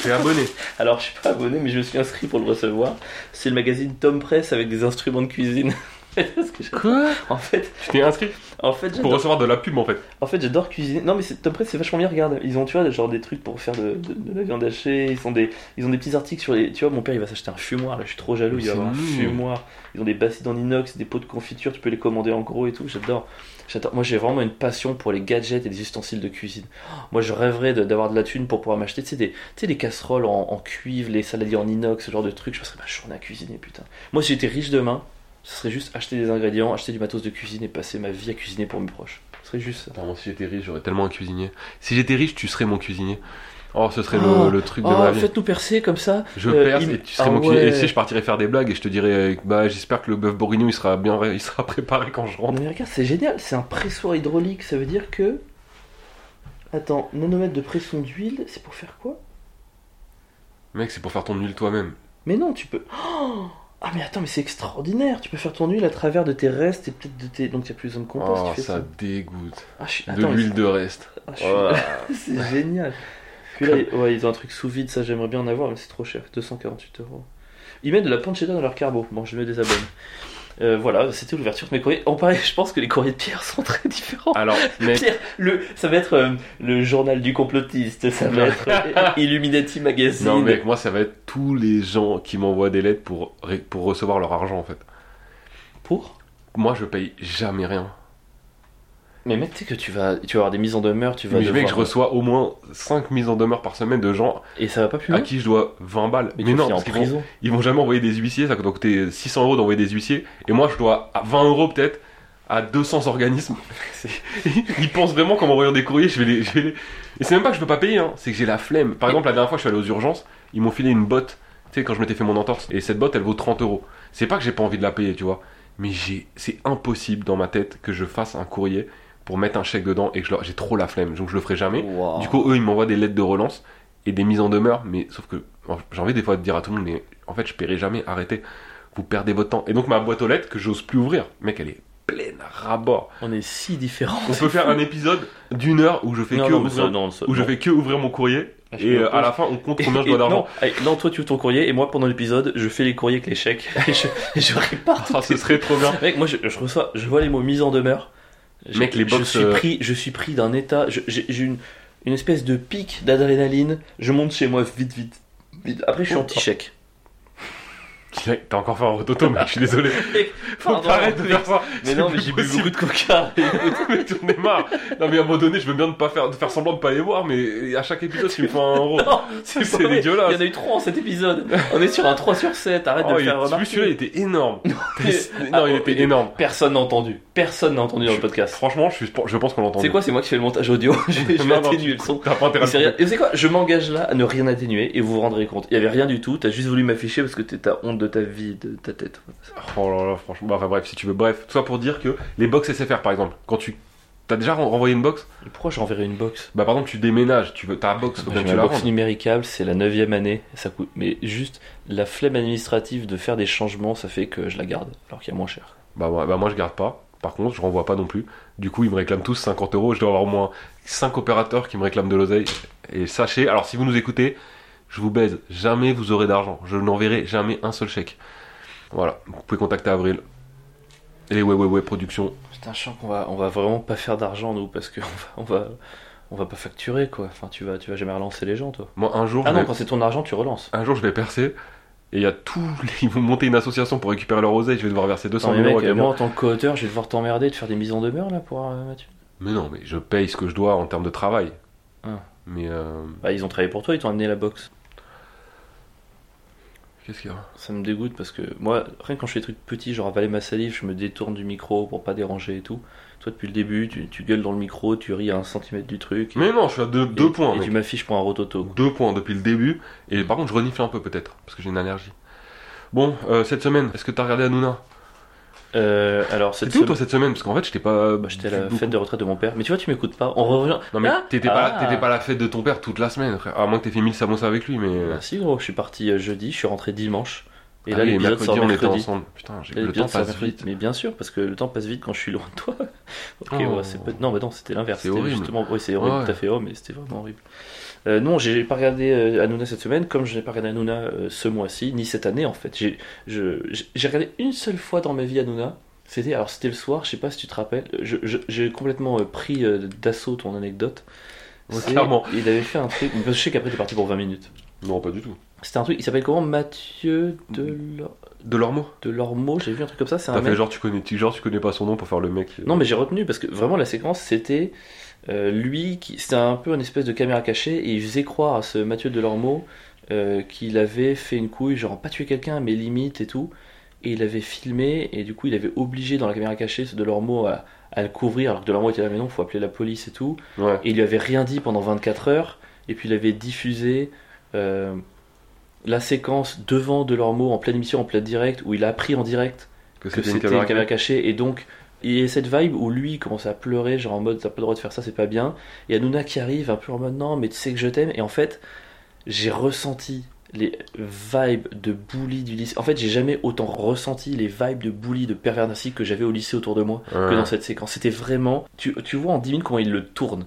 S2: T'es abonné.
S1: Alors, je suis pas abonné, mais je me suis inscrit pour le recevoir. C'est le magazine Tom Press avec des instruments de cuisine. Parce que j'adore-
S2: Quoi
S1: en fait,
S2: Tu t'es inscrit
S1: en fait,
S2: Pour
S1: j'adore,
S2: recevoir de la pub en fait.
S1: en fait, j'adore cuisiner. Non, mais c'est- Tom Press, c'est vachement bien. Regarde, ils ont, tu vois, genre des trucs pour faire de, de- de la viande hachée. Ils ont des, ils ont des petits articles sur les. Tu vois, mon père, il va s'acheter un fumoir. Là, je suis trop jaloux.
S2: Mais
S1: Il va
S2: c'est
S1: avoir un
S2: nul.
S1: fumoir. Ils ont des bacides en inox, des pots de confiture. Tu peux les commander en gros et tout. J'adore. J'adore. Moi, j'ai vraiment une passion pour les gadgets et les ustensiles de cuisine. Oh, Moi, je rêverais de- d'avoir de, la thune pour pouvoir m'acheter, tu sais, des, tu sais, des casseroles en, en cuivre, les saladiers en inox, ce genre de trucs. Je passerais ma journée à cuisiner, putain. Moi, si j'étais riche demain, ce serait juste acheter des ingrédients, acheter du matos de cuisine et passer ma vie à cuisiner pour mes proches. Ce serait juste ça.
S2: Putain, moi, si j'étais riche, j'aurais tellement un cuisinier. Si j'étais riche, tu serais mon cuisinier. Oh, ce serait
S1: Oh,
S2: le, le truc de
S1: Oh,
S2: ma vie.
S1: faites-nous percer comme ça.
S2: Je
S1: euh,
S2: perds
S1: il-
S2: et tu serais
S1: Ah
S2: mon cuisinier.
S1: ouais.
S2: Et si je partirais faire des blagues et je te dirais, euh, bah, j'espère que le bœuf bourguignon il sera bien, ré- il sera préparé quand je rentre.
S1: Non, Oh, mais regarde, c'est génial, c'est un pressoir hydraulique, ça veut dire que. Attends, nanomètre de pression d'huile, c'est pour faire quoi
S2: Mec, c'est pour faire ton huile toi-même.
S1: Mais non, tu peux. Oh ah, mais attends, mais c'est extraordinaire! Tu peux faire ton huile à travers de tes restes et peut-être de tes. Donc, il n'y a plus besoin de compost,
S2: Oh,
S1: tu fais
S2: ça
S1: ça.
S2: dégoûte.
S1: Ah, je suis-
S2: de
S1: attends,
S2: l'huile de reste.
S1: ah, je suis-
S2: Oh,
S1: c'est génial. Puis là, ils- ouais, ils ont un truc sous vide, ça j'aimerais bien en avoir, mais c'est trop cher, 248 euros. Ils mettent de la pancetta dans leur carbo. Bon, je me désabonne. Euh, voilà, c'était l'ouverture de mes courriers. En pareil, je pense que les courriers de Pierre sont très différents.
S2: Alors, mec,
S1: Pierre, le, ça va être euh, le journal du complotiste, ça va être euh, Illuminati Magazine.
S2: non, mec, moi, ça va être tous les gens qui m'envoient des lettres pour, ré- pour recevoir leur argent en fait.
S1: Pour
S2: Moi, je paye jamais rien.
S1: Mais mec, tu sais que tu vas, tu vas avoir des mises en demeure, tu vas.
S2: Mais mec,
S1: devoir-
S2: je reçois au moins 5 mises en demeure par semaine de gens
S1: Et ça va pas plus loin
S2: à qui je dois 20 balles. Ah, Mais,
S1: tu vas
S2: non,
S1: finir
S2: parce
S1: en
S2: qu'ils vont,
S1: prison.
S2: ils vont jamais envoyer des huissiers, ça doit coûter 600 euros d'envoyer des huissiers. Et moi, je dois à 20 euros peut-être à 200 organismes. C'est- ils pensent vraiment qu'en m'envoyant des courriers, je vais les. je vais les- Et c'est même pas que je peux pas payer, hein, c'est que j'ai la flemme. Par exemple, la dernière fois, je suis allé aux urgences, ils m'ont filé une botte, tu sais, quand je m'étais fait mon entorse. Et cette botte, elle vaut 30 euros. C'est pas que j'ai pas envie de la payer, tu vois. Mais j'ai, c'est impossible dans ma tête que je fasse un courrier pour mettre un chèque dedans et que je leur- j'ai trop la flemme, donc je le ferai jamais.
S1: Wow.
S2: Du coup, eux, ils m'envoient des lettres de relance et des mises en demeure, mais sauf que en- j'ai envie des fois de dire à tout le monde, mais en fait, je paierai jamais, arrêtez, vous perdez votre temps. Et donc, ma boîte aux lettres que j'ose plus ouvrir, mec, elle est pleine à ras-bord.
S1: on est si différents.
S2: On peut faire un épisode d'une heure où je fais
S1: Non,
S2: que
S1: non, mais ça,
S2: ouvrir,
S1: non, ça,
S2: où je
S1: non.
S2: fais que ouvrir mon courrier
S1: Ah, je
S2: et
S1: me
S2: euh, à
S1: pose.
S2: la fin, on compte
S1: Et-
S2: combien je dois
S1: et non,
S2: d'argent.
S1: allez, non, toi tu ouvres ton courrier et moi pendant l'épisode je fais les courriers avec les chèques et je, et je répare.
S2: Ah, ce serait trop bien.
S1: Mec, moi je, je reçois, je vois les mots mise en demeure. Je-
S2: Mec, les
S1: je
S2: box,
S1: suis
S2: euh,
S1: pris, je suis pris d'un état, je- j'ai j'ai une, une espèce de pic d'adrénaline. Je monte chez moi vite, vite, vite. Après je suis
S2: Oh,
S1: anti-chèque.
S2: T'as encore fait un rototo, mec, je suis désolé. Faut
S1: Pardon,
S2: t'arrêter de
S1: mais-
S2: faire ça.
S1: Mais
S2: C'est
S1: non, mais
S2: plus
S1: j'ai bu
S2: possible.
S1: beaucoup de coca.
S2: Mais j'en ai marre. Non, mais à un moment donné, je veux bien de pas faire, de faire semblant de pas les voir, mais à chaque épisode, tu me fais un euro.
S1: Non,
S2: C'est
S1: pas vrai.
S2: dégueulasse.
S1: Il y en a eu 3 en cet épisode. On est sur un 3 sur 7. Arrête de
S2: Oh,
S1: me
S2: il-
S1: faire
S2: celui- celui-là, il
S1: remarquer.
S2: était énorme.
S1: Mais-
S2: non,
S1: Ah,
S2: il
S1: oh,
S2: était énorme.
S1: Personne n'a entendu. Personne n'a entendu dans le
S2: Je-
S1: podcast.
S2: Franchement, je, suis, je pense qu'on l'entend.
S1: C'est quoi C'est moi qui fais le montage audio. Je vais je vais
S2: Non, non,
S1: atténuer le son.
S2: T'as pas intérêt
S1: Et c'est
S2: à le faire.
S1: rien- et c'est quoi Je m'engage là à ne rien atténuer et vous vous rendrez compte. Il y avait rien du tout, t'as juste voulu m'afficher parce que t'es- t'as honte de ta vie, de ta tête.
S2: Oh là là, franchement. Bah, Enfin bref, si tu veux. Bref, tout ça pour dire que les box SFR par exemple, quand tu. T'as déjà ren- renvoyé une box
S1: Et Pourquoi je renverrai une box
S2: Bah, par exemple, tu déménages, tu veux. T'as la box, faut bien
S1: J'ai
S2: que Bah, tu
S1: ma
S2: la
S1: box
S2: rendes.
S1: numéricable, c'est la 9 année, ça coûte. Mais juste la flemme administrative de faire des changements, ça fait que je la garde alors qu'il y a moins cher.
S2: Bah, ouais, bah, moi, je garde pas. Par contre, je renvoie pas non plus. Du coup, ils me réclament tous 50 euros. Je dois avoir au moins 5 opérateurs qui me réclament de l'oseille. Et sachez, alors si vous nous écoutez, je vous baise. Jamais vous aurez d'argent. Je n'enverrai jamais un seul chèque. Voilà. Vous pouvez contacter Avril. Et ouais, ouais, ouais, production.
S1: Putain, je sens qu'on va, on va vraiment pas faire d'argent, nous, parce qu'on va, on va, on va pas facturer, quoi. Enfin, tu vas, tu vas jamais relancer les gens, toi.
S2: Moi, un jour,
S1: Ah
S2: je
S1: non,
S2: vais-
S1: quand c'est ton argent, tu relances.
S2: un jour, je vais percer. Et il y a tous les... Ils vont monter une association pour récupérer leur oseille. Je vais devoir verser
S1: Non,
S2: 200
S1: mais
S2: 000 euros à
S1: mec,
S2: quelqu'un.
S1: moi, en tant que co-auteur, je vais devoir t'emmerder de faire des mises en demeure, là, pour euh, Mathieu.
S2: Mais non, mais je paye ce que je dois en termes de travail.
S1: Ah.
S2: Mais euh,
S1: Bah, ils ont travaillé pour toi, ils t'ont amené la boxe.
S2: qu'est-ce qu'il y a
S1: Ça me dégoûte parce que moi, rien que quand je fais des trucs petits, genre avaler ma salive, je me détourne du micro pour pas déranger et tout. Toi, depuis le début, tu, tu gueules dans le micro, tu ris à un centimètre du truc.
S2: Mais non, je suis à deux,
S1: Et-
S2: deux points.
S1: Et
S2: mec.
S1: tu m'affiches pour un rototo. quoi.
S2: Deux points depuis le début. Et par contre, je renifle un peu peut-être, parce que j'ai une allergie. Bon, euh, cette semaine, est-ce que t'as regardé Hanouna
S1: Euh, alors,
S2: T'étais
S1: cette
S2: où
S1: semaine,
S2: toi cette semaine Parce qu'en fait, j'étais pas.
S1: bah, j'étais à la
S2: beaucoup.
S1: fête de retraite de mon père. Mais tu vois, tu m'écoutes pas. On revient.
S2: Non mais
S1: Ah
S2: t'étais pas,
S1: Ah.
S2: t'étais pas à la fête de ton père toute la semaine, frère. À moins que t'aies fait 1000 samosas avec lui, mais.
S1: Ah, Si, gros, je suis parti euh, jeudi, je suis rentré dimanche. Et
S2: Ah
S1: là,
S2: oui,
S1: l'épisode sort
S2: on était
S1: mercredi.
S2: ensemble. Putain, j'ai-
S1: Là,
S2: le temps
S1: l'épisode sort
S2: passe
S1: mercredi.
S2: vite.
S1: Mais bien sûr, parce que le temps passe vite quand je suis loin de toi. ok,
S2: Oh.
S1: ouais, c'est peut- Non, mais non, c'était l'inverse.
S2: C'est
S1: C'était
S2: horrible.
S1: Justement, oui, c'est horrible,
S2: Ouais.
S1: tout à fait. Oh, mais c'était vraiment horrible. Euh, non, j'ai pas regardé euh, Hanouna cette semaine, comme je n'ai pas regardé Hanouna euh, ce mois-ci, ni cette année en fait. J'ai je- j'ai- j'ai regardé une seule fois dans ma vie Hanouna. C'était alors c'était le soir, je sais pas si tu te rappelles. euh, je- je- J'ai complètement euh, pris euh, d'assaut ton anecdote.
S2: Ouais,
S1: C'est-
S2: clairement.
S1: Il avait fait un truc. parce que Je sais qu'après t'es parti pour 20 minutes.
S2: Non, pas du tout.
S1: C'était un truc. Il s'appelle comment Mathieu Delor-
S2: De leur mot
S1: Delormeau. J'ai vu un truc comme ça. C'est un
S2: T'as
S1: mec.
S2: fait genre tu, connais, tu- genre tu connais pas son nom pour faire le mec. euh,
S1: Non, mais j'ai retenu parce que vraiment la séquence c'était euh, lui qui. C'était un peu une espèce de caméra cachée et il faisait croire à ce Mathieu Delormeau euh, qu'il avait fait une couille, genre pas tué quelqu'un mais limite et tout. Et il avait filmé et du coup il avait obligé dans la caméra cachée ce Delormeau à, à le couvrir alors que Delormeau était là mais non, faut appeler la police et tout.
S2: Ouais.
S1: Et il lui avait rien dit pendant 24 heures et puis il avait diffusé. euh, la séquence devant Delormeau en pleine émission, en pleine direct, où il a appris en direct
S2: Que
S1: que c'était une caméra cachée et donc il y a cette vibe où lui il commence à pleurer genre en mode t'as pas le droit de faire ça c'est pas bien et Hanouna qui arrive un peu en mode non mais tu sais que je t'aime et en fait j'ai ressenti les vibes de bully du lycée en fait j'ai jamais autant ressenti les vibes de bully de pervers narcissique que j'avais au lycée autour de moi que
S2: Ouais.
S1: dans cette séquence. C'était vraiment. Tu, tu vois en 10 minutes comment il le tourne.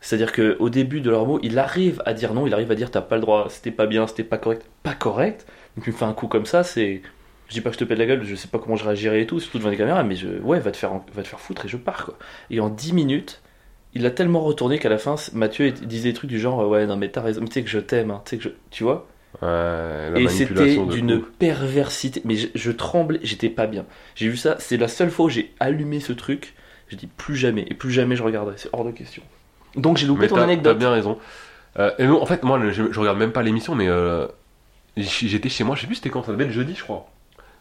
S1: C'est-à-dire que au début de leur mot, il arrive à dire non, il arrive à dire t'as pas le droit, c'était pas bien, c'était pas correct. Pas correct Donc tu me fais un coup comme ça, c'est. Je dis pas que je te pète la gueule, je sais pas comment je réagirais et tout, surtout devant les caméras, mais je, ouais, va te, faire, va te faire foutre et je pars quoi. Et en 10 minutes, il l'a tellement retourné qu'à la fin, Mathieu était- disait des trucs du genre ouais, non mais t'as raison, mais tu sais que je t'aime, hein, tu sais que je. Tu vois
S2: Ouais, la
S1: et c'était
S2: manipulation de
S1: d'une
S2: fou.
S1: perversité. Mais je, je tremblais, j'étais pas bien. J'ai vu ça, c'est la seule fois où j'ai allumé ce truc. J'ai dit plus jamais, et plus jamais je regarderai, c'est hors de question. Donc j'ai loupé
S2: Mais
S1: ton
S2: t'as-
S1: anecdote.
S2: T'as bien raison. Euh, et non, en fait, moi, je, je regarde même pas l'émission, mais euh, j- j'étais chez moi, je sais plus c'était quand, ça devait être jeudi, je crois.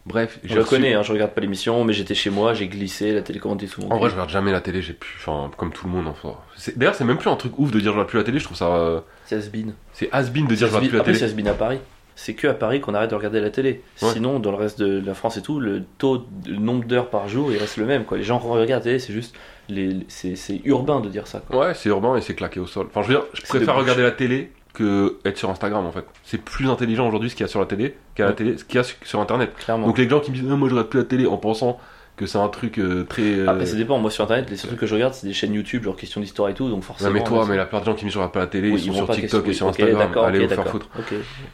S2: Bref,
S1: Je
S2: j'ai
S1: le
S2: reçu-
S1: connais, hein, je regarde pas l'émission, mais j'étais chez moi, j'ai glissé, la télécommande est sous mon
S2: En
S1: cul.
S2: vrai, je regarde jamais la télé, j'ai plus. Enfin, comme tout le monde en soi. C'est- D'ailleurs, c'est même plus un truc ouf de dire je regarde plus la télé, je trouve ça. euh,
S1: C'est Asbin.
S2: C'est has-been de
S1: C'est
S2: dire je regarde plus
S1: Asbin-
S2: la
S1: Après,
S2: télé.
S1: c'est Asbin à Paris. C'est que à Paris qu'on arrête de regarder la télé.
S2: Ouais.
S1: Sinon, dans le reste de la France et tout, le taux, le nombre d'heures par jour, il reste le même. Quoi. Les gens regardent la télé, c'est juste. les- c'est c'est urbain de dire ça. Quoi.
S2: Ouais, c'est urbain et c'est claqué au sol. Enfin, je veux dire, je
S1: C'est
S2: préfère
S1: de
S2: regarder la télé que être sur Instagram en fait. C'est plus intelligent aujourd'hui ce qu'il y a sur la télé qu'à la
S1: Ouais.
S2: télé, ce qu'il y a sur- sur internet.
S1: Clairement.
S2: Donc les gens qui me disent Ah, moi je regarde plus la télé en pensant que c'est un truc euh, très. euh,
S1: Après, Ah, ça dépend. Moi, sur internet, les seuls trucs que je regarde, c'est des chaînes YouTube, genre question d'histoire et tout. Donc,
S2: Non
S1: forcément.
S2: mais toi,
S1: là,
S2: mais la plupart des gens qui me regardent pas la télé,
S1: Oui,
S2: ils sont
S1: vont
S2: sur
S1: pas
S2: TikTok
S1: question-
S2: et sur
S1: oui, ok,
S2: Instagram.
S1: d'accord,
S2: Allez
S1: ok,
S2: vous faire
S1: d'accord.
S2: foutre.
S1: Ok,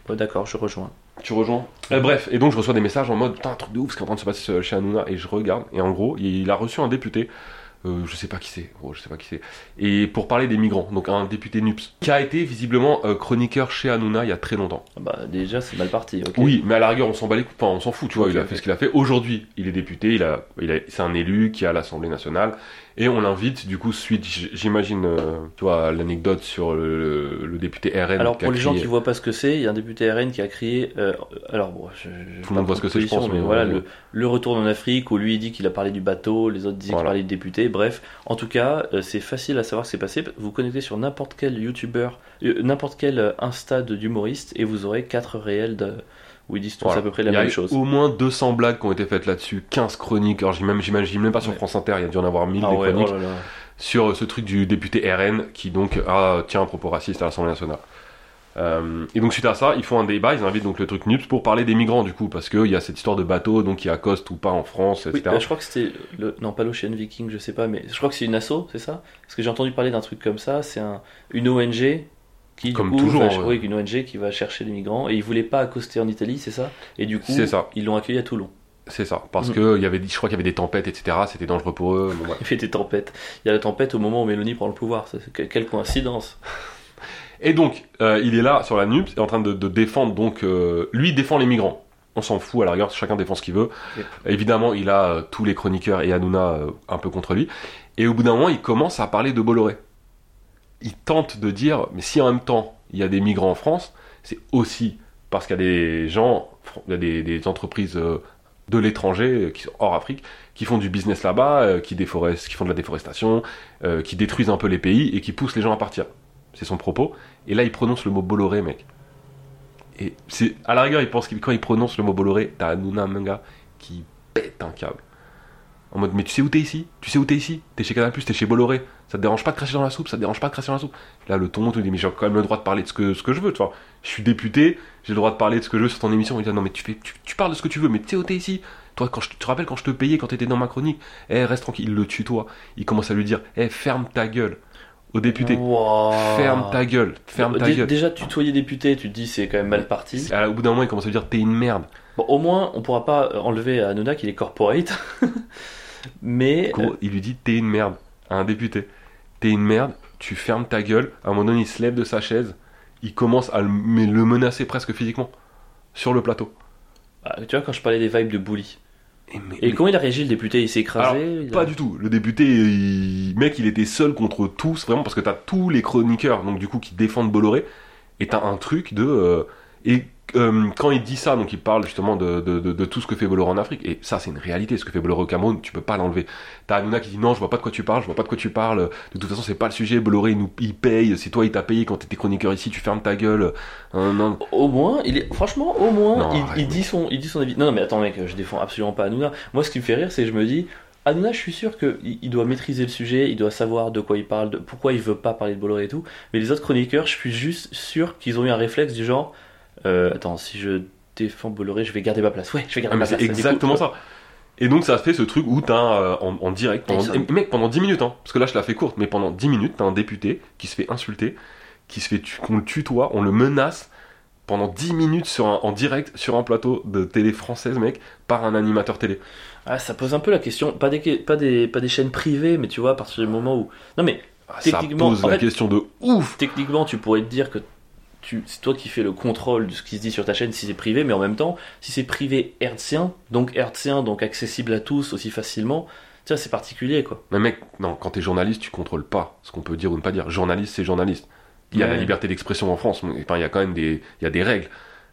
S1: Ouais, d'accord, je rejoins.
S2: Tu rejoins. Euh, bref, et donc je reçois des messages en mode putain, un truc de ouf ce qui est en train de se passer euh, chez Hanouna. Et je regarde, et en gros, il a reçu un député, euh, je sais pas qui c'est, gros, je sais pas qui c'est, et pour parler des migrants, donc un député NUPS, qui a été visiblement euh, chroniqueur chez Hanouna il y a très longtemps.
S1: Ah Bah, déjà, c'est mal parti. ok.
S2: Oui, mais à la rigueur, on s'en bat les couilles, enfin, on s'en fout, tu vois,
S1: Ok,
S2: il a
S1: ok.
S2: fait ce qu'il a fait. Aujourd'hui, il est député, il a, il a- c'est un élu qui est à l'Assemblée nationale, et on l'invite, du coup, suite, j- j'imagine, euh, tu vois, l'anecdote sur le, le député RN.
S1: Alors,
S2: qui a
S1: pour les gens
S2: crié-
S1: qui voient pas ce que c'est, il y a un député RN qui a crié. euh, alors, bon, je, je-
S2: Tout le monde voit ce que c'est, je
S1: position,
S2: pense,
S1: Mais
S2: mais
S1: voilà,
S2: on-
S1: le, le retour en Afrique où lui il dit qu'il a parlé du bateau, les autres disaient qu'il
S2: Voilà.
S1: parlait du député. Bref, en tout cas, euh, c'est facile à savoir ce qui s'est passé. Vous connectez sur n'importe quel youtubeur, euh, n'importe quel euh, Insta de- d'humoriste et vous aurez quatre réels de- où ils disent tous
S2: Voilà.
S1: à peu près la
S2: il y a
S1: même
S2: eu
S1: chose.
S2: au moins 200 blagues qui ont été faites là-dessus, 15 chroniques. Alors, j'imagine, j'imagine même pas sur
S1: Ouais.
S2: France Inter, il y a dû en avoir 1000
S1: Ah
S2: des
S1: ouais, oh
S2: chroniques
S1: là là.
S2: sur euh, ce truc du député RN qui donc a tient un propos raciste à l'Assemblée nationale. Euh, et donc suite à ça, ils font un débat, ils invitent donc le truc NUPS pour parler des migrants du coup, parce qu'il y a cette histoire de bateau, donc qui accoste ou pas en France,
S1: Oui,
S2: etc.
S1: euh, je crois que c'était. Le... Non, pas l'Ocean Viking, je sais pas, mais je crois que c'est une asso, c'est ça Parce que j'ai entendu parler d'un truc comme ça, c'est un... une ONG. Qui, du
S2: Comme
S1: coup,
S2: toujours,
S1: va-
S2: en vrai.
S1: oui, une ONG qui va chercher les migrants et ils voulaient pas accoster en Italie, c'est ça Et du coup,
S2: C'est ça.
S1: ils l'ont accueilli à Toulon.
S2: C'est ça, parce
S1: Mm.
S2: que il y avait, je crois qu'il y avait des tempêtes, etc. C'était dangereux pour eux. bon, voilà.
S1: Il fait des tempêtes. Il y a la tempête au moment où Mélanie prend le pouvoir. Ça, c'est- que- Quelle coïncidence
S2: Et donc, euh, il est là sur la NUPS, est en train de, de défendre, donc, euh, lui il défend les migrants. On s'en fout à la rigueur, chacun défend ce qu'il veut.
S1: Yep.
S2: Évidemment, il a euh, tous les chroniqueurs et Hanouna euh, un peu contre lui. Et au bout d'un moment, il commence à parler de Bolloré. Il tente de dire, mais si en même temps, il y a des migrants en France, c'est aussi parce qu'il y a des gens, il y a des, des entreprises euh, de l'étranger, euh, qui sont hors Afrique, qui font du business là-bas, euh, qui déforestent, qui font de la déforestation, euh, qui détruisent un peu les pays et qui poussent les gens à partir. C'est son propos. Et là, il prononce le mot Bolloré, mec. Et c'est à la rigueur, il pense que quand il prononce le mot Bolloré, t'as Hanouna Manga qui pète un câble. En mode, mais tu sais où t'es ici Tu sais où t'es ici T'es chez Canal t'es chez Bolloré. Ça te dérange pas de cracher dans la soupe Ça te dérange pas de cracher dans la soupe Là, le ton monte, il dit, mais j'ai quand même le droit de parler de ce que, ce que je veux, tu vois. Je suis député, j'ai le droit de parler de ce que je veux sur ton émission. Il dit, non, mais tu, fais, tu, tu parles de ce que tu veux, mais tu sais où t'es ici toi, quand je, tu te rappelles quand je te payais, quand t'étais dans ma chronique, eh, reste tranquille, il le tutoie. Il commence à lui dire, eh, ferme ta gueule. Au député,
S1: Wouah.
S2: Ferme ta gueule, ferme ta
S1: Dé-
S2: gueule.
S1: Déjà, tutoyer député, tu te dis c'est quand même mal parti.
S2: Ah, Au bout d'un moment, il commence à lui dire t'es une merde.
S1: Bon, au moins, on pourra pas enlever à Nona qu'il est corporate. mais.
S2: Gros, il lui dit t'es une merde à un député. T'es une merde, tu fermes ta gueule. À un moment donné, il se lève de sa chaise, il commence à le, mais le menacer presque physiquement sur le plateau.
S1: Ah, tu vois, quand je parlais des vibes de Bully.
S2: Et mais-
S1: Et
S2: mais
S1: comment il a réagi le député Il s'est écrasé il a-
S2: pas du tout. Le député, il- mec, il était seul contre tous, vraiment, parce que t'as tous les chroniqueurs, donc du coup, qui défendent Bolloré, et t'as un truc de. euh, et euh, quand il dit ça, donc il parle justement de, de- de- de tout ce que fait Bolloré en Afrique, et ça, c'est une réalité, ce que fait Bolloré au Cameroun, tu peux pas l'enlever. T'as Hanouna qui dit non, je vois pas de quoi tu parles, je vois pas de quoi tu parles, de toute façon, c'est pas le sujet, Bolloré, il, nous, il paye, c'est toi, il t'a payé quand t'étais chroniqueur ici, tu fermes ta gueule. Euh, non.
S1: Au moins, il est... franchement, au moins,
S2: Non,
S1: il,
S2: arrête,
S1: il
S2: mec.
S1: dit son, il dit son avis. Non, non, mais attends, mec, je défends absolument pas Hanouna. Moi, ce qui me fait rire, c'est que je me dis, Hanouna, je suis sûr qu'il il doit maîtriser le sujet, il doit savoir de quoi il parle, de pourquoi il veut pas parler de Bolloré et tout. Mais les autres chroniqueurs, je suis juste sûr qu'ils ont eu un réflexe du genre, euh, attends, si je défends Bolloré, je vais garder ma place. Ouais, je vais garder
S2: Ah,
S1: ma
S2: mais
S1: place.
S2: c'est exactement ça. Et donc ça se fait ce truc où t'as euh, en, en direct, pendant,
S1: Exact.
S2: et mec, pendant 10 minutes, hein, parce que là je la fais courte, mais pendant 10 minutes, t'as un député qui se fait insulter, qui se fait tu- qu'on le tutoie, on le menace pendant 10 minutes sur un- en direct sur un plateau de télé française, mec, par un animateur télé.
S1: Ah, ça pose un peu la question, pas des, pas des, pas des chaînes privées, mais tu vois, à partir du moment où. Non, mais
S2: Ah, Ça
S1: Techniquement,
S2: pose
S1: en
S2: la
S1: fait-
S2: question de ouf.
S1: techniquement, tu pourrais te dire que tu, c'est toi qui fais le contrôle de ce qui se dit sur ta chaîne si c'est privé, mais en même temps, si c'est privé hertzien, donc hertzien, donc accessible à tous aussi facilement, tiens, c'est particulier quoi.
S2: Mais mec, non, quand t'es journaliste, tu contrôles pas ce qu'on peut dire ou ne pas dire. Journaliste, c'est journaliste. Il y a
S1: Ouais.
S2: la liberté d'expression en France, mais, enfin, il y a quand même des, il y a des règles.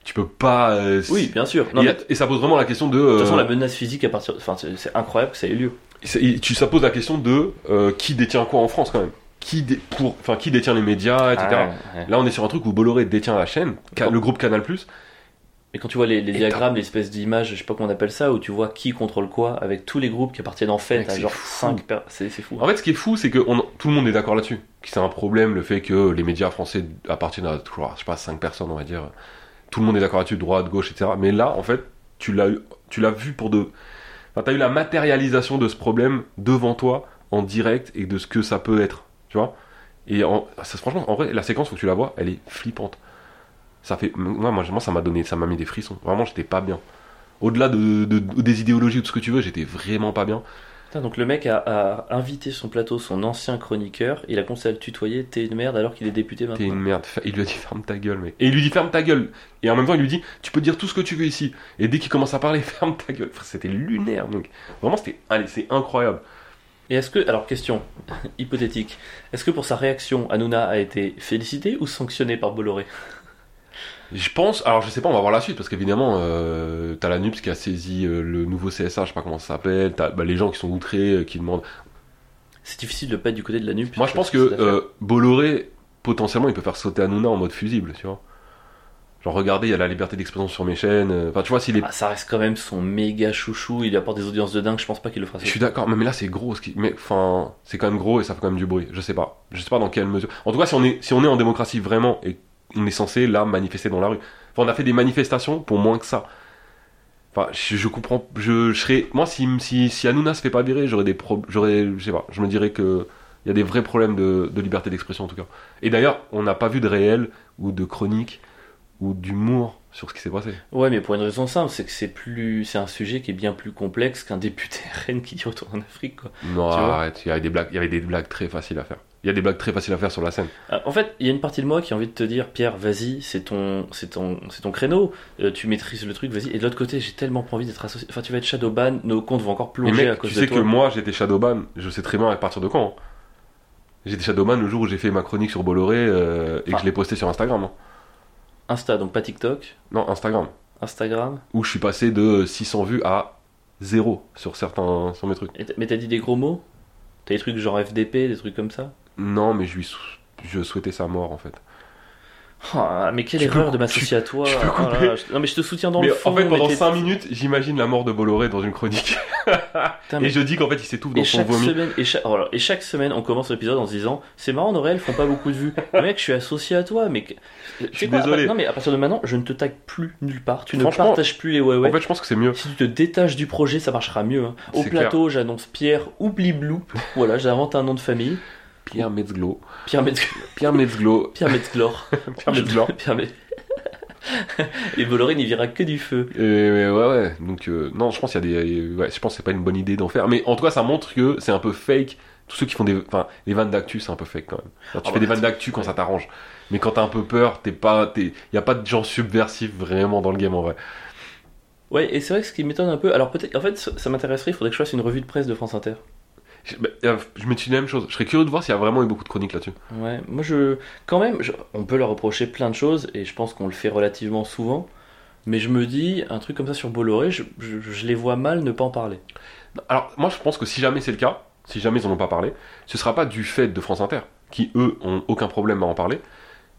S2: Tu peux pas. euh,
S1: Oui,
S2: si-
S1: bien sûr. Non,
S2: et,
S1: mais
S2: et ça pose vraiment la question de.
S1: de toute façon,
S2: euh,
S1: la menace physique, à partir, enfin, c'est, c'est incroyable que ça ait lieu.
S2: C'est- et tu ça pose la question de euh, qui détient quoi en France quand même qui, dé- pour, enfin, qui détient les médias, etc.
S1: Ah, ouais.
S2: Là, on est sur un truc où Bolloré détient la chaîne, ca-
S1: Bon.
S2: le groupe Canal.
S1: Mais quand tu vois les, les
S2: Et
S1: diagrammes, l'espèce d'image, je sais pas comment on appelle ça, où tu vois qui contrôle quoi, avec tous les groupes qui appartiennent en fait
S2: Mec,
S1: à
S2: c'est
S1: genre
S2: fou.
S1: 5 c'est, c'est fou.
S2: En fait, ce qui est fou, c'est que on- tout le monde est d'accord là-dessus. Que c'est un problème le fait que les médias français appartiennent à, je sais pas, 5 personnes, on va dire. Tout le monde est d'accord là-dessus, droite, gauche, etc. Mais là, en fait, tu l'as eu- tu l'as vu pour de. Enfin, t'as eu la matérialisation de ce problème devant toi, en direct, et de ce que ça peut être. Tu vois Et en- ça, franchement, en vrai, la séquence, faut que tu la vois, elle est flippante. Ça fait. Moi, moi, moi, ça m'a donné, ça m'a mis des frissons. Vraiment, j'étais pas bien. Au-delà de- de- de- des idéologies ou de ce que tu veux, j'étais vraiment pas bien.
S1: Putain, donc le mec a, a invité son plateau son ancien chroniqueur, il a commencé à le tutoyer, t'es une merde alors qu'il est député
S2: T'es
S1: maintenant.
S2: une merde. Fa- Il lui a dit ferme ta gueule, mec. Et il lui dit ferme ta gueule. Et en même temps, il lui dit tu peux dire tout ce que tu veux ici. Et dès qu'il commence à parler, ferme ta gueule. Frère, C'était lunaire, donc. Vraiment, c'était. Allez, c'est incroyable.
S1: Et est-ce que, alors question hypothétique, est-ce que pour sa réaction, Hanouna a été félicité ou sanctionné par Bolloré
S2: Je pense. Alors, je sais pas, on va voir la suite parce qu'évidemment, euh, t'as la NUPS qui a saisi euh, le nouveau CSA, je sais pas comment ça s'appelle. T'as bah, les gens qui sont outrés, euh, qui demandent.
S1: C'est difficile de pas être du côté de la nupe.
S2: Moi, je pense que euh, Bolloré, potentiellement, il peut faire sauter Hanouna en mode fusible, tu vois. Genre, regardez, il y a la liberté d'expression sur mes chaînes. euh, Enfin, tu vois, s'il est
S1: Ah, ça reste quand même son méga chouchou, il lui apporte des audiences de dingue, je pense pas qu'il le fera.
S2: Je suis d'accord, mais là c'est gros, ce qui- mais enfin, c'est quand même gros et ça fait quand même du bruit. Je sais pas, je sais pas dans quelle mesure. En tout cas, si on est, si on est en démocratie vraiment et on est censé là manifester dans la rue. Enfin, on a fait des manifestations pour moins que ça. Enfin, je, je comprends. Je, je serais, moi, si, si, si Hanouna se fait pas virer, j'aurais des pro- j'aurais, je sais pas, je me dirais que il y a des vrais problèmes de, de liberté d'expression en tout cas. Et d'ailleurs, on n'a pas vu de réel ou de chronique ou d'humour sur ce qui s'est passé.
S1: Ouais, mais pour une raison simple, c'est que c'est plus, c'est un sujet qui est bien plus complexe qu'un député RN qui dit retourne en Afrique. Quoi.
S2: Non,
S1: Tu vois
S2: arrête, il y avait des blagues, il y avait des blagues très faciles à faire. Il y a des blagues très faciles à faire sur la scène.
S1: Ah, En fait, il y a une partie de moi qui a envie de te dire, Pierre, vas-y, c'est ton, c'est ton, c'est ton créneau. Euh, tu maîtrises le truc, vas-y. Et de l'autre côté, j'ai tellement pas envie d'être associé. Enfin, tu vas être shadowban, nos comptes vont encore
S2: Mais
S1: plonger à
S2: mec,
S1: cause
S2: tu
S1: de
S2: sais
S1: toi.
S2: que moi j'étais Shadowban, je sais très bien à partir de quand. hein. J'étais Shadowban le jour où j'ai fait ma chronique sur Bolloré euh, et que
S1: Ah.
S2: je l'ai postée sur Instagram. hein.
S1: Insta, donc pas TikTok,
S2: Non, Instagram.
S1: Instagram.
S2: Où je suis passé de 600 vues à 0 sur certains sur mes trucs.
S1: Et t- mais t'as dit des gros mots. T'as des trucs genre FDP, des trucs comme ça.
S2: Non, mais je lui sou- je souhaitais sa mort en fait.
S1: Ah, mais quelle
S2: Tu peux
S1: erreur de
S2: cou-
S1: m'associer à toi.
S2: tu peux
S1: Oh là
S2: couper.
S1: là, je- non, mais je te soutiens dans
S2: mais
S1: le fond.
S2: en fait, pendant
S1: mais t'es-
S2: 5 minutes, j'imagine la mort de Bolloré dans une chronique.
S1: Putain, Ah, mais-
S2: Et je dis qu'en fait, il s'étouffe dans
S1: Et
S2: son
S1: chaque,
S2: vomi.
S1: semaine, et, chaque, oh là, et chaque semaine, on commence l'épisode en se disant C'est marrant, nos réels font pas beaucoup de vues. Mais Mec, je suis associé à toi, mais. que- Tu sais quoi,
S2: désolé.
S1: à- Non, mais à partir de maintenant, je ne te tague plus nulle part. Tu ne
S2: Franchement,
S1: partages plus les ouais, ouais.
S2: En fait, je pense que c'est mieux.
S1: si tu te détaches du projet, ça marchera mieux. hein. Au
S2: C'est
S1: plateau, j'annonce Pierre oubli Bloop. voilà, j'invente un nom de famille.
S2: Pierre Metzglo.
S1: Pierre, Metz...
S2: Pierre Metzglo.
S1: Pierre Metzglor.
S2: Pierre Metzglo.
S1: Pierre Met- et Bolloré n'y verra que du feu.
S2: Et ouais, ouais, ouais. Donc, euh, non, je pense qu'il y a des. ouais, je pense que c'est pas une bonne idée d'en faire. Mais en tout cas, ça montre que c'est un peu fake. Tous ceux qui font des. Enfin, les vannes d'actu, c'est un peu fake quand même. Alors, tu
S1: Ah
S2: fais des
S1: bah,
S2: vannes d'actu quand ça t'arrange. Mais quand t'as un peu peur, t'es pas. Il y a pas de gens subversifs vraiment dans le game en vrai.
S1: Ouais, et c'est vrai que ce qui m'étonne un peu. Alors peut-être. En fait, ça ça m'intéresserait, il faudrait que je fasse une revue de presse de France Inter.
S2: Je, bah, euh, je me dis la même chose. Je serais curieux de voir s'il y a vraiment eu beaucoup de chroniques là-dessus.
S1: Ouais, moi je. Quand même, je- on peut leur reprocher plein de choses et je pense qu'on le fait relativement souvent. Mais je me dis, un truc comme ça sur Bolloré, je, je- je les vois mal ne pas en parler.
S2: Alors, moi, je pense que si jamais c'est le cas, si jamais ils en ont pas parlé, ce sera pas du fait de France Inter, qui eux ont aucun problème à en parler,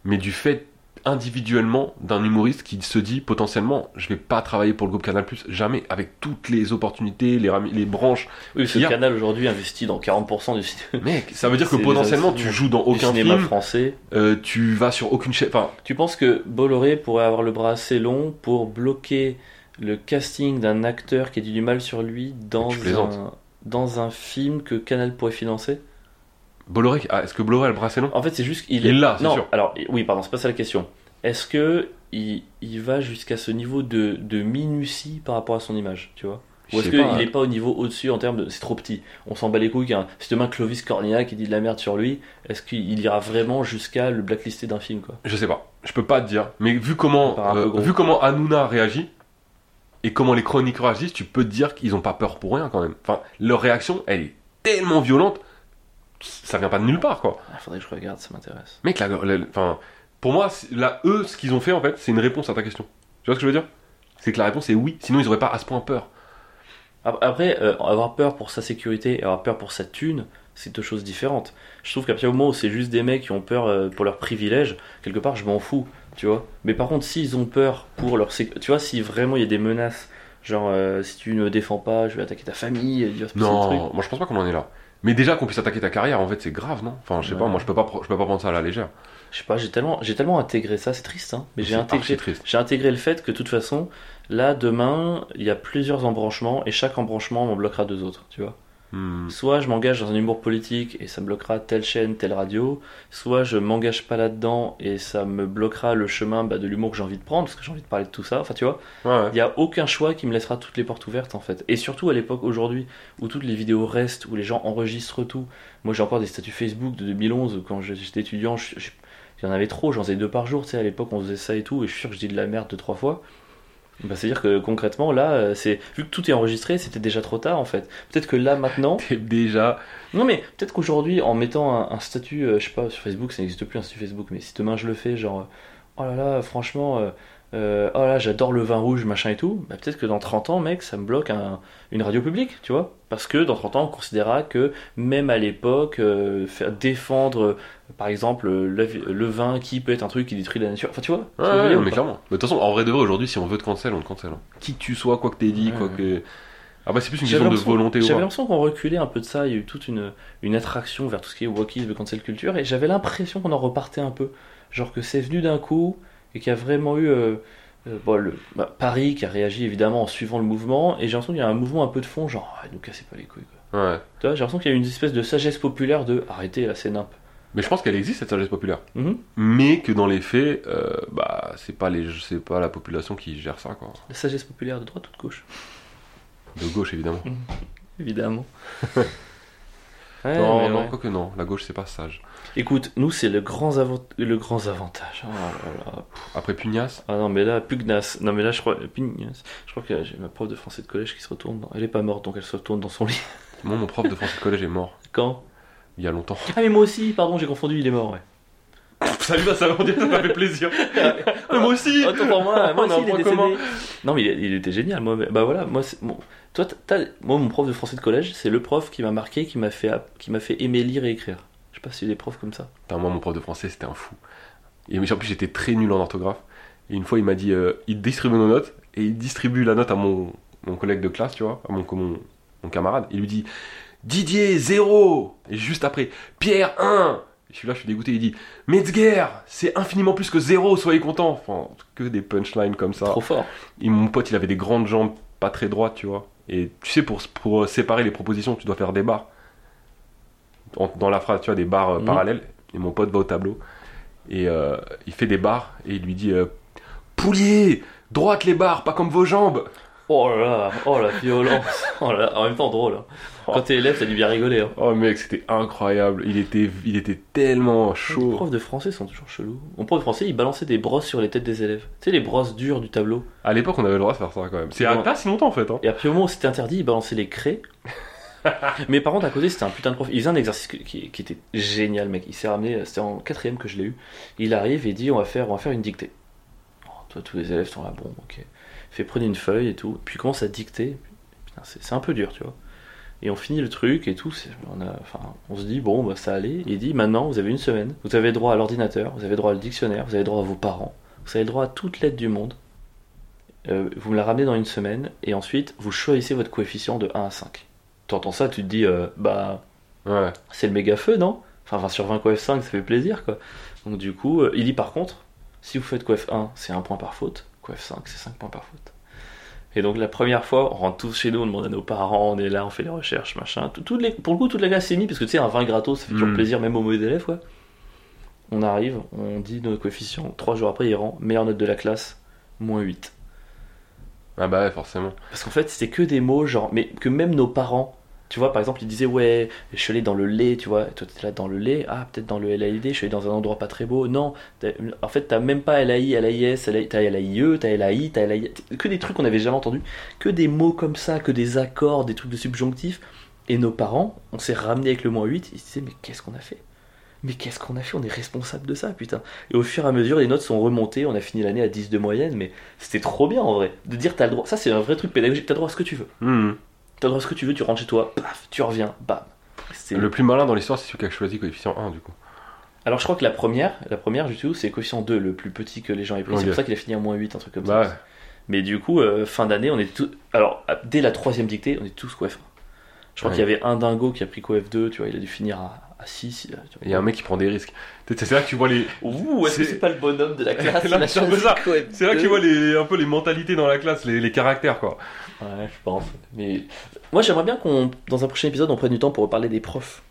S2: mais du fait individuellement d'un humoriste qui se dit potentiellement je vais pas travailler pour le groupe Canal Plus jamais avec toutes les opportunités les, rami- les branches
S1: Oui, parce que
S2: Hier-
S1: Canal aujourd'hui investit dans 40% du, cin-
S2: mec ça veut dire que
S1: C'est
S2: potentiellement
S1: des
S2: tu
S1: instruments.
S2: joues dans
S1: du
S2: aucun
S1: cinéma
S2: film
S1: français.
S2: euh, tu vas sur aucune chaîne enfin
S1: Tu penses que Bolloré pourrait avoir le bras assez long pour bloquer le casting d'un acteur qui a dit du mal sur lui dans,
S2: Tu plaisantes.
S1: un, dans un film que Canal pourrait financer
S2: Bolloré ah, est-ce que Bolloré a le bracelet long
S1: En fait, c'est juste qu'il
S2: il l'a c'est
S1: Non,
S2: sûr
S1: alors oui, pardon, c'est pas ça la question. Est-ce que il, il va jusqu'à ce niveau de, de minutie par rapport à son image, tu vois Ou
S2: Je
S1: est-ce
S2: sais
S1: qu'il
S2: pas, hein.
S1: n'est pas au niveau au-dessus en termes de c'est trop petit On s'en bat les couilles. Hein. Si demain Clovis Cornillac qui dit de la merde sur lui, est-ce qu'il ira vraiment jusqu'à le blacklister d'un film quoi
S2: Je sais pas, je peux pas te dire. Mais vu comment,
S1: Ça me paraît un
S2: euh,
S1: peu gros.
S2: vu comment Hanouna réagit et comment les chroniques réagissent, tu peux te dire qu'ils ont pas peur pour rien quand même. Enfin, leur réaction, elle est tellement violente, ça vient pas de nulle part quoi.
S1: Il faudrait que je regarde, ça m'intéresse.
S2: Mec, la- la- la- enfin, pour moi, c'est- là, eux, ce qu'ils ont fait en fait, c'est une réponse à ta question. Tu vois ce que je veux dire C'est que la réponse est oui, sinon ils auraient pas à ce point peur.
S1: Ap- Après, euh, avoir peur pour sa sécurité et avoir peur pour sa thune, c'est deux choses différentes. Je trouve qu'à partir du moment où c'est juste des mecs qui ont peur euh, pour leurs privilèges, quelque part, je m'en fous, tu vois. Mais par contre, s'ils ont peur pour leur sécurité, tu vois, si vraiment il y a des menaces, genre euh, si tu ne défends pas, je vais attaquer ta famille, il va se passer des trucs.
S2: Non, moi je pense pas qu'on en est là. Mais déjà qu'on puisse attaquer ta carrière, en fait, c'est grave, non Enfin, je sais
S1: Ouais.
S2: pas, moi je peux pas, pro- je peux pas prendre ça à la légère.
S1: Je sais pas, j'ai tellement, j'ai tellement intégré ça, c'est triste, hein, mais j'ai
S2: C'est
S1: intégré,
S2: archi triste.
S1: j'ai intégré le fait que de toute façon, là, demain, il y a plusieurs embranchements et chaque embranchement m'en bloquera deux autres, tu vois.
S2: Hmm.
S1: Soit je m'engage dans un humour politique et ça me bloquera telle chaîne, telle radio, soit je m'engage pas là-dedans et ça me bloquera le chemin bah, de l'humour que j'ai envie de prendre parce que j'ai envie de parler de tout ça, enfin tu vois.
S2: Ouais, ouais.
S1: Il n'y a aucun choix qui me laissera toutes les portes ouvertes en fait. Et surtout à l'époque aujourd'hui où toutes les vidéos restent, où les gens enregistrent tout. Moi j'ai encore des statuts Facebook de 2011 quand je- j'étais étudiant, je- je- j'en avais trop, j'en faisais deux par jour, tu sais, à l'époque on faisait ça et tout, et je suis sûr que je dis de la merde deux, trois fois. Bah, C'est-à-dire que concrètement là, euh, c'est vu que tout est enregistré, c'était déjà trop tard en fait. Peut-être que là maintenant,
S2: T'es déjà
S1: non mais peut-être qu'aujourd'hui en mettant un, un statut, euh, je sais pas, sur Facebook, ça n'existe plus un statut Facebook, mais si demain je le fais, genre, euh, oh là là, franchement, euh, euh, oh là, j'adore le vin rouge, machin et tout, bah, peut-être que dans 30 ans, mec, ça me bloque un- une radio publique, tu vois. Parce que dans 30 ans, on considérera que même à l'époque, euh, faire défendre, euh, par exemple, euh, le, le vin qui peut être un truc qui détruit la nature, enfin tu vois. tu vois
S2: Ouais,
S1: ce que je veux dire ou
S2: ouais, non, mais
S1: pas
S2: clairement. Mais De toute façon, en vrai de vrai, aujourd'hui, si on veut te cancel, on te cancel. hein. Qui que tu sois, quoi que t'aies dit,
S1: Ouais,
S2: quoi
S1: ouais.
S2: que. Ah bah, c'est plus une
S1: J'avais
S2: question de
S1: l'impression-
S2: volonté ou
S1: J'avais
S2: pas.
S1: l'impression qu'on reculait un peu de ça, il y a eu toute une, une attraction vers tout ce qui est wokisme, cancel culture, et j'avais l'impression qu'on en repartait un peu. genre que c'est venu d'un coup et qu'il y a vraiment eu euh, euh, bon, le- bah, Paris qui a réagi évidemment en suivant le mouvement. Et j'ai l'impression qu'il y a un mouvement un peu de fond, genre ah, nous cassez pas les couilles. Quoi.
S2: Ouais.
S1: Tu vois, j'ai l'impression qu'il y a une espèce de sagesse populaire de arrêtez là, c'est nimp.
S2: Mais je pense qu'elle existe cette sagesse populaire.
S1: Mhm.
S2: Mais que dans les faits, euh, bah, c'est pas, les- c'est pas la population qui gère ça, quoi.
S1: La sagesse populaire de droite ou de gauche,
S2: De gauche, évidemment.
S1: évidemment. Ouais,
S2: non,
S1: mais
S2: non,
S1: ouais.
S2: quoique non, la gauche, c'est pas sage.
S1: Écoute, nous c'est le grand avant- le grand avantage. Oh là là.
S2: Après Pugnace,
S1: Ah non mais là pugnace. Non mais là je crois pugnace. Je crois que j'ai ma prof de français de collège qui se retourne. dans- Elle est pas morte donc elle se retourne dans son lit.
S2: moi, mon prof de français de collège est mort
S1: Quand
S2: il y a longtemps.
S1: Ah mais moi aussi, pardon, j'ai confondu, il est mort, ouais.
S2: Salut, bah, ça m'a ça m'a fait plaisir. Oh, Mais moi aussi
S1: Autant Oh, pour moi, moi
S2: On
S1: aussi,
S2: a un
S1: il est
S2: point commun.
S1: décédé. Non mais il, il était génial, moi. Bah voilà, moi c'est mon- toi t'as- moi mon prof de français de collège, c'est le prof qui m'a marqué, qui m'a fait app- qui m'a fait aimer lire et écrire. Je sais pas si des profs comme ça.
S2: Putain, moi, mon prof de français, c'était un fou. Et mais en plus, j'étais très nul en orthographe. Et une fois, il m'a dit euh, il distribue nos notes et il distribue la note à mon, mon collègue de classe, tu vois, à mon, mon, mon camarade. Il lui dit Didier, 0 Et juste après, Pierre, 1 Je suis là, je suis dégoûté. Il dit Metzger, c'est infiniment plus que 0, soyez contents. Enfin, que des punchlines comme ça.
S1: Trop fort.
S2: Et mon pote, il avait des grandes jambes pas très droites, tu vois. Et tu sais, pour, pour euh, séparer les propositions, tu dois faire des barres. En- dans la phrase, tu vois, des barres euh,
S1: Mhm.
S2: parallèles. Et mon pote va au tableau. Et euh, il fait des barres. Et il lui dit euh, Poulier Droite les barres, pas comme vos jambes
S1: Oh là là, oh la violence. Oh là là, en même temps drôle. hein. Quand t'es élève, t'as dû bien rigoler. hein.
S2: Oh mec, c'était incroyable. Il était, il était tellement
S1: Les
S2: chaud.
S1: profs de français sont toujours chelous. Mon prof de français, il balançait des brosses sur les têtes des élèves. Tu sais, les brosses dures du tableau.
S2: À l'époque, on avait le droit de faire ça quand même. C'est
S1: Ouais.
S2: pas si longtemps en fait. hein.
S1: Et à partir du moment où c'était interdit, il balançait les craies. Mais par contre, à côté, c'était un putain de prof. Il faisait un exercice que- qui, qui était génial, mec. Il s'est ramené, c'était en quatrième que je l'ai eu. Il arrive et dit on va faire, on va faire une dictée. Oh, toi, tous les élèves sont là, bon, ok. Il fait prenez une feuille et tout. Puis il commence à dicter. Putain, c'est c'est un peu dur, tu vois. Et on finit le truc et tout. c'est- On, a, enfin, on se dit, bon, bah, ça allait. Il dit maintenant, vous avez une semaine. Vous avez droit à l'ordinateur, vous avez droit au dictionnaire, vous avez droit à vos parents, vous avez droit à toute l'aide du monde. Euh, vous me la ramenez dans une semaine et ensuite vous choisissez votre coefficient de 1 à 5. T'entends ça, tu te dis, euh, bah
S2: Ouais.
S1: c'est le méga feu, non Enfin 20 sur 20 coef 5, ça fait plaisir quoi. Donc du coup, euh, il dit par contre, si vous faites coef 1, c'est 1 point par faute, coef 5, c'est 5 points par faute. Et donc la première fois, on rentre tous chez nous, on demande à nos parents, on est là, on fait les recherches, machin. Tout- toutes les, pour le coup, toute la classe s'est mise, parce que tu sais, un 20 gratos, ça fait toujours
S2: Mm.
S1: plaisir, même aux mauvais élèves, quoi. On arrive, on dit nos coefficients, 3 jours après, il rend meilleure note de la classe, moins 8.
S2: Ah bah ouais, forcément.
S1: Parce qu'en fait, c'était que des mots, genre, mais que même nos parents, tu vois, par exemple, ils disaient, ouais, je suis allé dans le lait, tu vois, Et toi, t'es là dans le lait, ah, peut-être dans le LAID, je suis allé dans un endroit pas très beau. Non, t'as- en fait, t'as même pas LAI, LAIS, LAI, t'as LAIE, E, t'as LAI, t'as LAI, que des trucs qu'on n'avait jamais entendus, que des mots comme ça, que des accords, des trucs de subjonctifs. Et nos parents, on s'est ramené avec le moins 8, ils se disaient, mais qu'est-ce qu'on a fait mais qu'est-ce qu'on a fait On est responsable de ça, putain. Et au fur et à mesure, les notes sont remontées. On a fini l'année à 10 de moyenne, mais c'était trop bien en vrai. De dire t'as le droit. Ça, c'est un vrai truc pédagogique. T'as le droit à ce que tu veux.
S2: Mhm.
S1: T'as le droit à ce que tu veux. Tu rentres chez toi, paf, tu reviens, bam. C'est-
S2: Le plus malin dans l'histoire, c'est celui qui a choisi coefficient 1 du coup.
S1: Alors, je crois que la première, la première du tout, c'est coefficient 2, le plus petit que les gens aient pris. C'est
S2: Ok.
S1: pour ça qu'il a fini à moins 8, un truc comme
S2: Bah
S1: ça.
S2: ouais.
S1: Mais du coup, euh, fin d'année, on est tous. Alors, à- dès la troisième dictée, on est tous coef. Je crois
S2: Ouais.
S1: qu'il y avait un dingo qui a pris coef 2, tu vois, il a dû finir à, à 6.
S2: Il y a un mec qui prend des risques. Tu sais, C'est là que tu vois les,
S1: Ouh, est-ce que
S2: C'est-
S1: c'est pas le bonhomme de la classe
S2: Non,
S1: il a
S2: mais c'est un peu
S1: choisi
S2: ça.
S1: coef
S2: C'est là que
S1: 2.
S2: tu vois les, un peu les mentalités dans la classe, les, les caractères quoi.
S1: Ouais, je pense. Mais moi, j'aimerais bien qu'on, dans un prochain épisode, on prenne du temps pour parler des profs.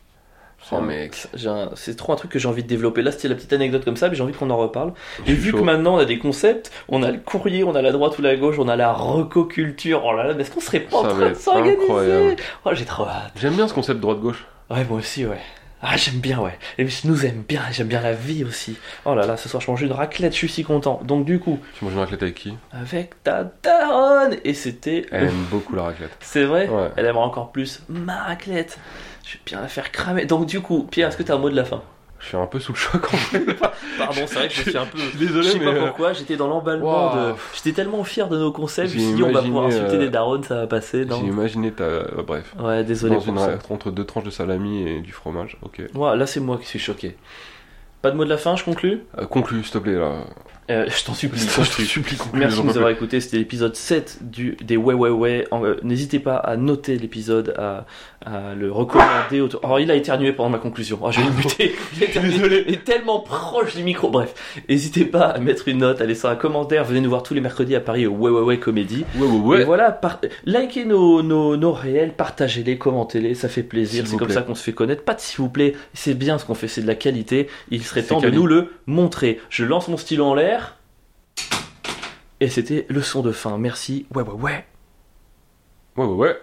S2: Oh, mec.
S1: J'ai un- C'est trop un truc que j'ai envie de développer. Là, c'était la petite anecdote comme ça, mais j'ai envie qu'on en reparle.
S2: Je
S1: Et
S2: suis
S1: vu
S2: chaud.
S1: que maintenant on a des concepts, on a le courrier, on a la droite ou la gauche, on a la recoculture. Oh là là, mais est-ce qu'on serait pas en
S2: Ça va
S1: train de
S2: être
S1: s'organiser
S2: incroyable.
S1: Oh, j'ai trop hâte.
S2: J'aime bien ce concept droite-gauche.
S1: Ouais, moi aussi, ouais. Ah, j'aime bien, ouais. Et je nous aime bien, j'aime bien la vie aussi. Oh là là, ce soir, je mange une raclette, je suis si content. Donc, du coup,
S2: Tu manges une raclette avec qui
S1: avec ta daronne Et c'était.
S2: Elle aime beaucoup la raclette.
S1: C'est vrai
S2: Eh, Ouais.
S1: Elle aimerait encore plus ma raclette. Je vais bien la faire cramer. Donc du coup, Pierre, est-ce que t'as un mot de la fin
S2: Je suis un peu sous le choc en fait.
S1: Pardon, c'est vrai que je suis un peu...
S2: Je suis
S1: Je
S2: désolé
S1: sais
S2: mais.
S1: pas
S2: euh,
S1: pourquoi, j'étais dans l'emballement
S2: Waouh.
S1: de... J'étais tellement fier de nos concepts, je me
S2: J'ai
S1: suis dit on va
S2: imaginé,
S1: pouvoir insulter
S2: euh,
S1: des darons, ça va passer,
S2: J'ai
S1: non
S2: imaginé ta. euh, bref.
S1: Ouais, désolé
S2: Dans
S1: pour
S2: une
S1: ça.
S2: ra- entre deux tranches de salami et du fromage, ok.
S1: Moi, là c'est moi qui suis choqué. Pas de mot de la fin, je conclus
S2: Euh, conclue, s'il te plaît, là.
S1: Euh, Je t'en supplie,
S2: Je te
S1: conclue.
S2: supplie, conclue.
S1: Merci de
S2: j'en
S1: nous
S2: peux
S1: avoir écoutés. C'était l'épisode 7 du, des Ouais Ouais Ouais. En- euh, N'hésitez pas à noter l'épisode, à, à le recommander. autour- Oh, il a éternué pendant ma conclusion. Oh, je vais le buter. Il a éternué. Il est tellement proche du micro. Bref, n'hésitez pas à mettre une note, à laisser un commentaire. Venez nous voir tous les mercredis à Paris au Ouais Ouais Ouais Comédie.
S2: plus. Ouais, ouais,
S1: Et
S2: ouais.
S1: voilà, par- likez nos, nos, nos réels, partagez-les, commentez-les, ça fait plaisir.
S2: S'il
S1: C'est
S2: vous
S1: comme
S2: plaît.
S1: ça qu'on se fait connaître. Pas de s'il vous plaît, c'est bien ce qu'on fait, c'est de la qualité. Il serait
S2: C'est
S1: temps
S2: quali.
S1: de nous le montrer. Je lance mon stylo en l'air. Et c'était le son de fin. Merci. Ouais, ouais, ouais.
S2: Ouais, ouais, ouais.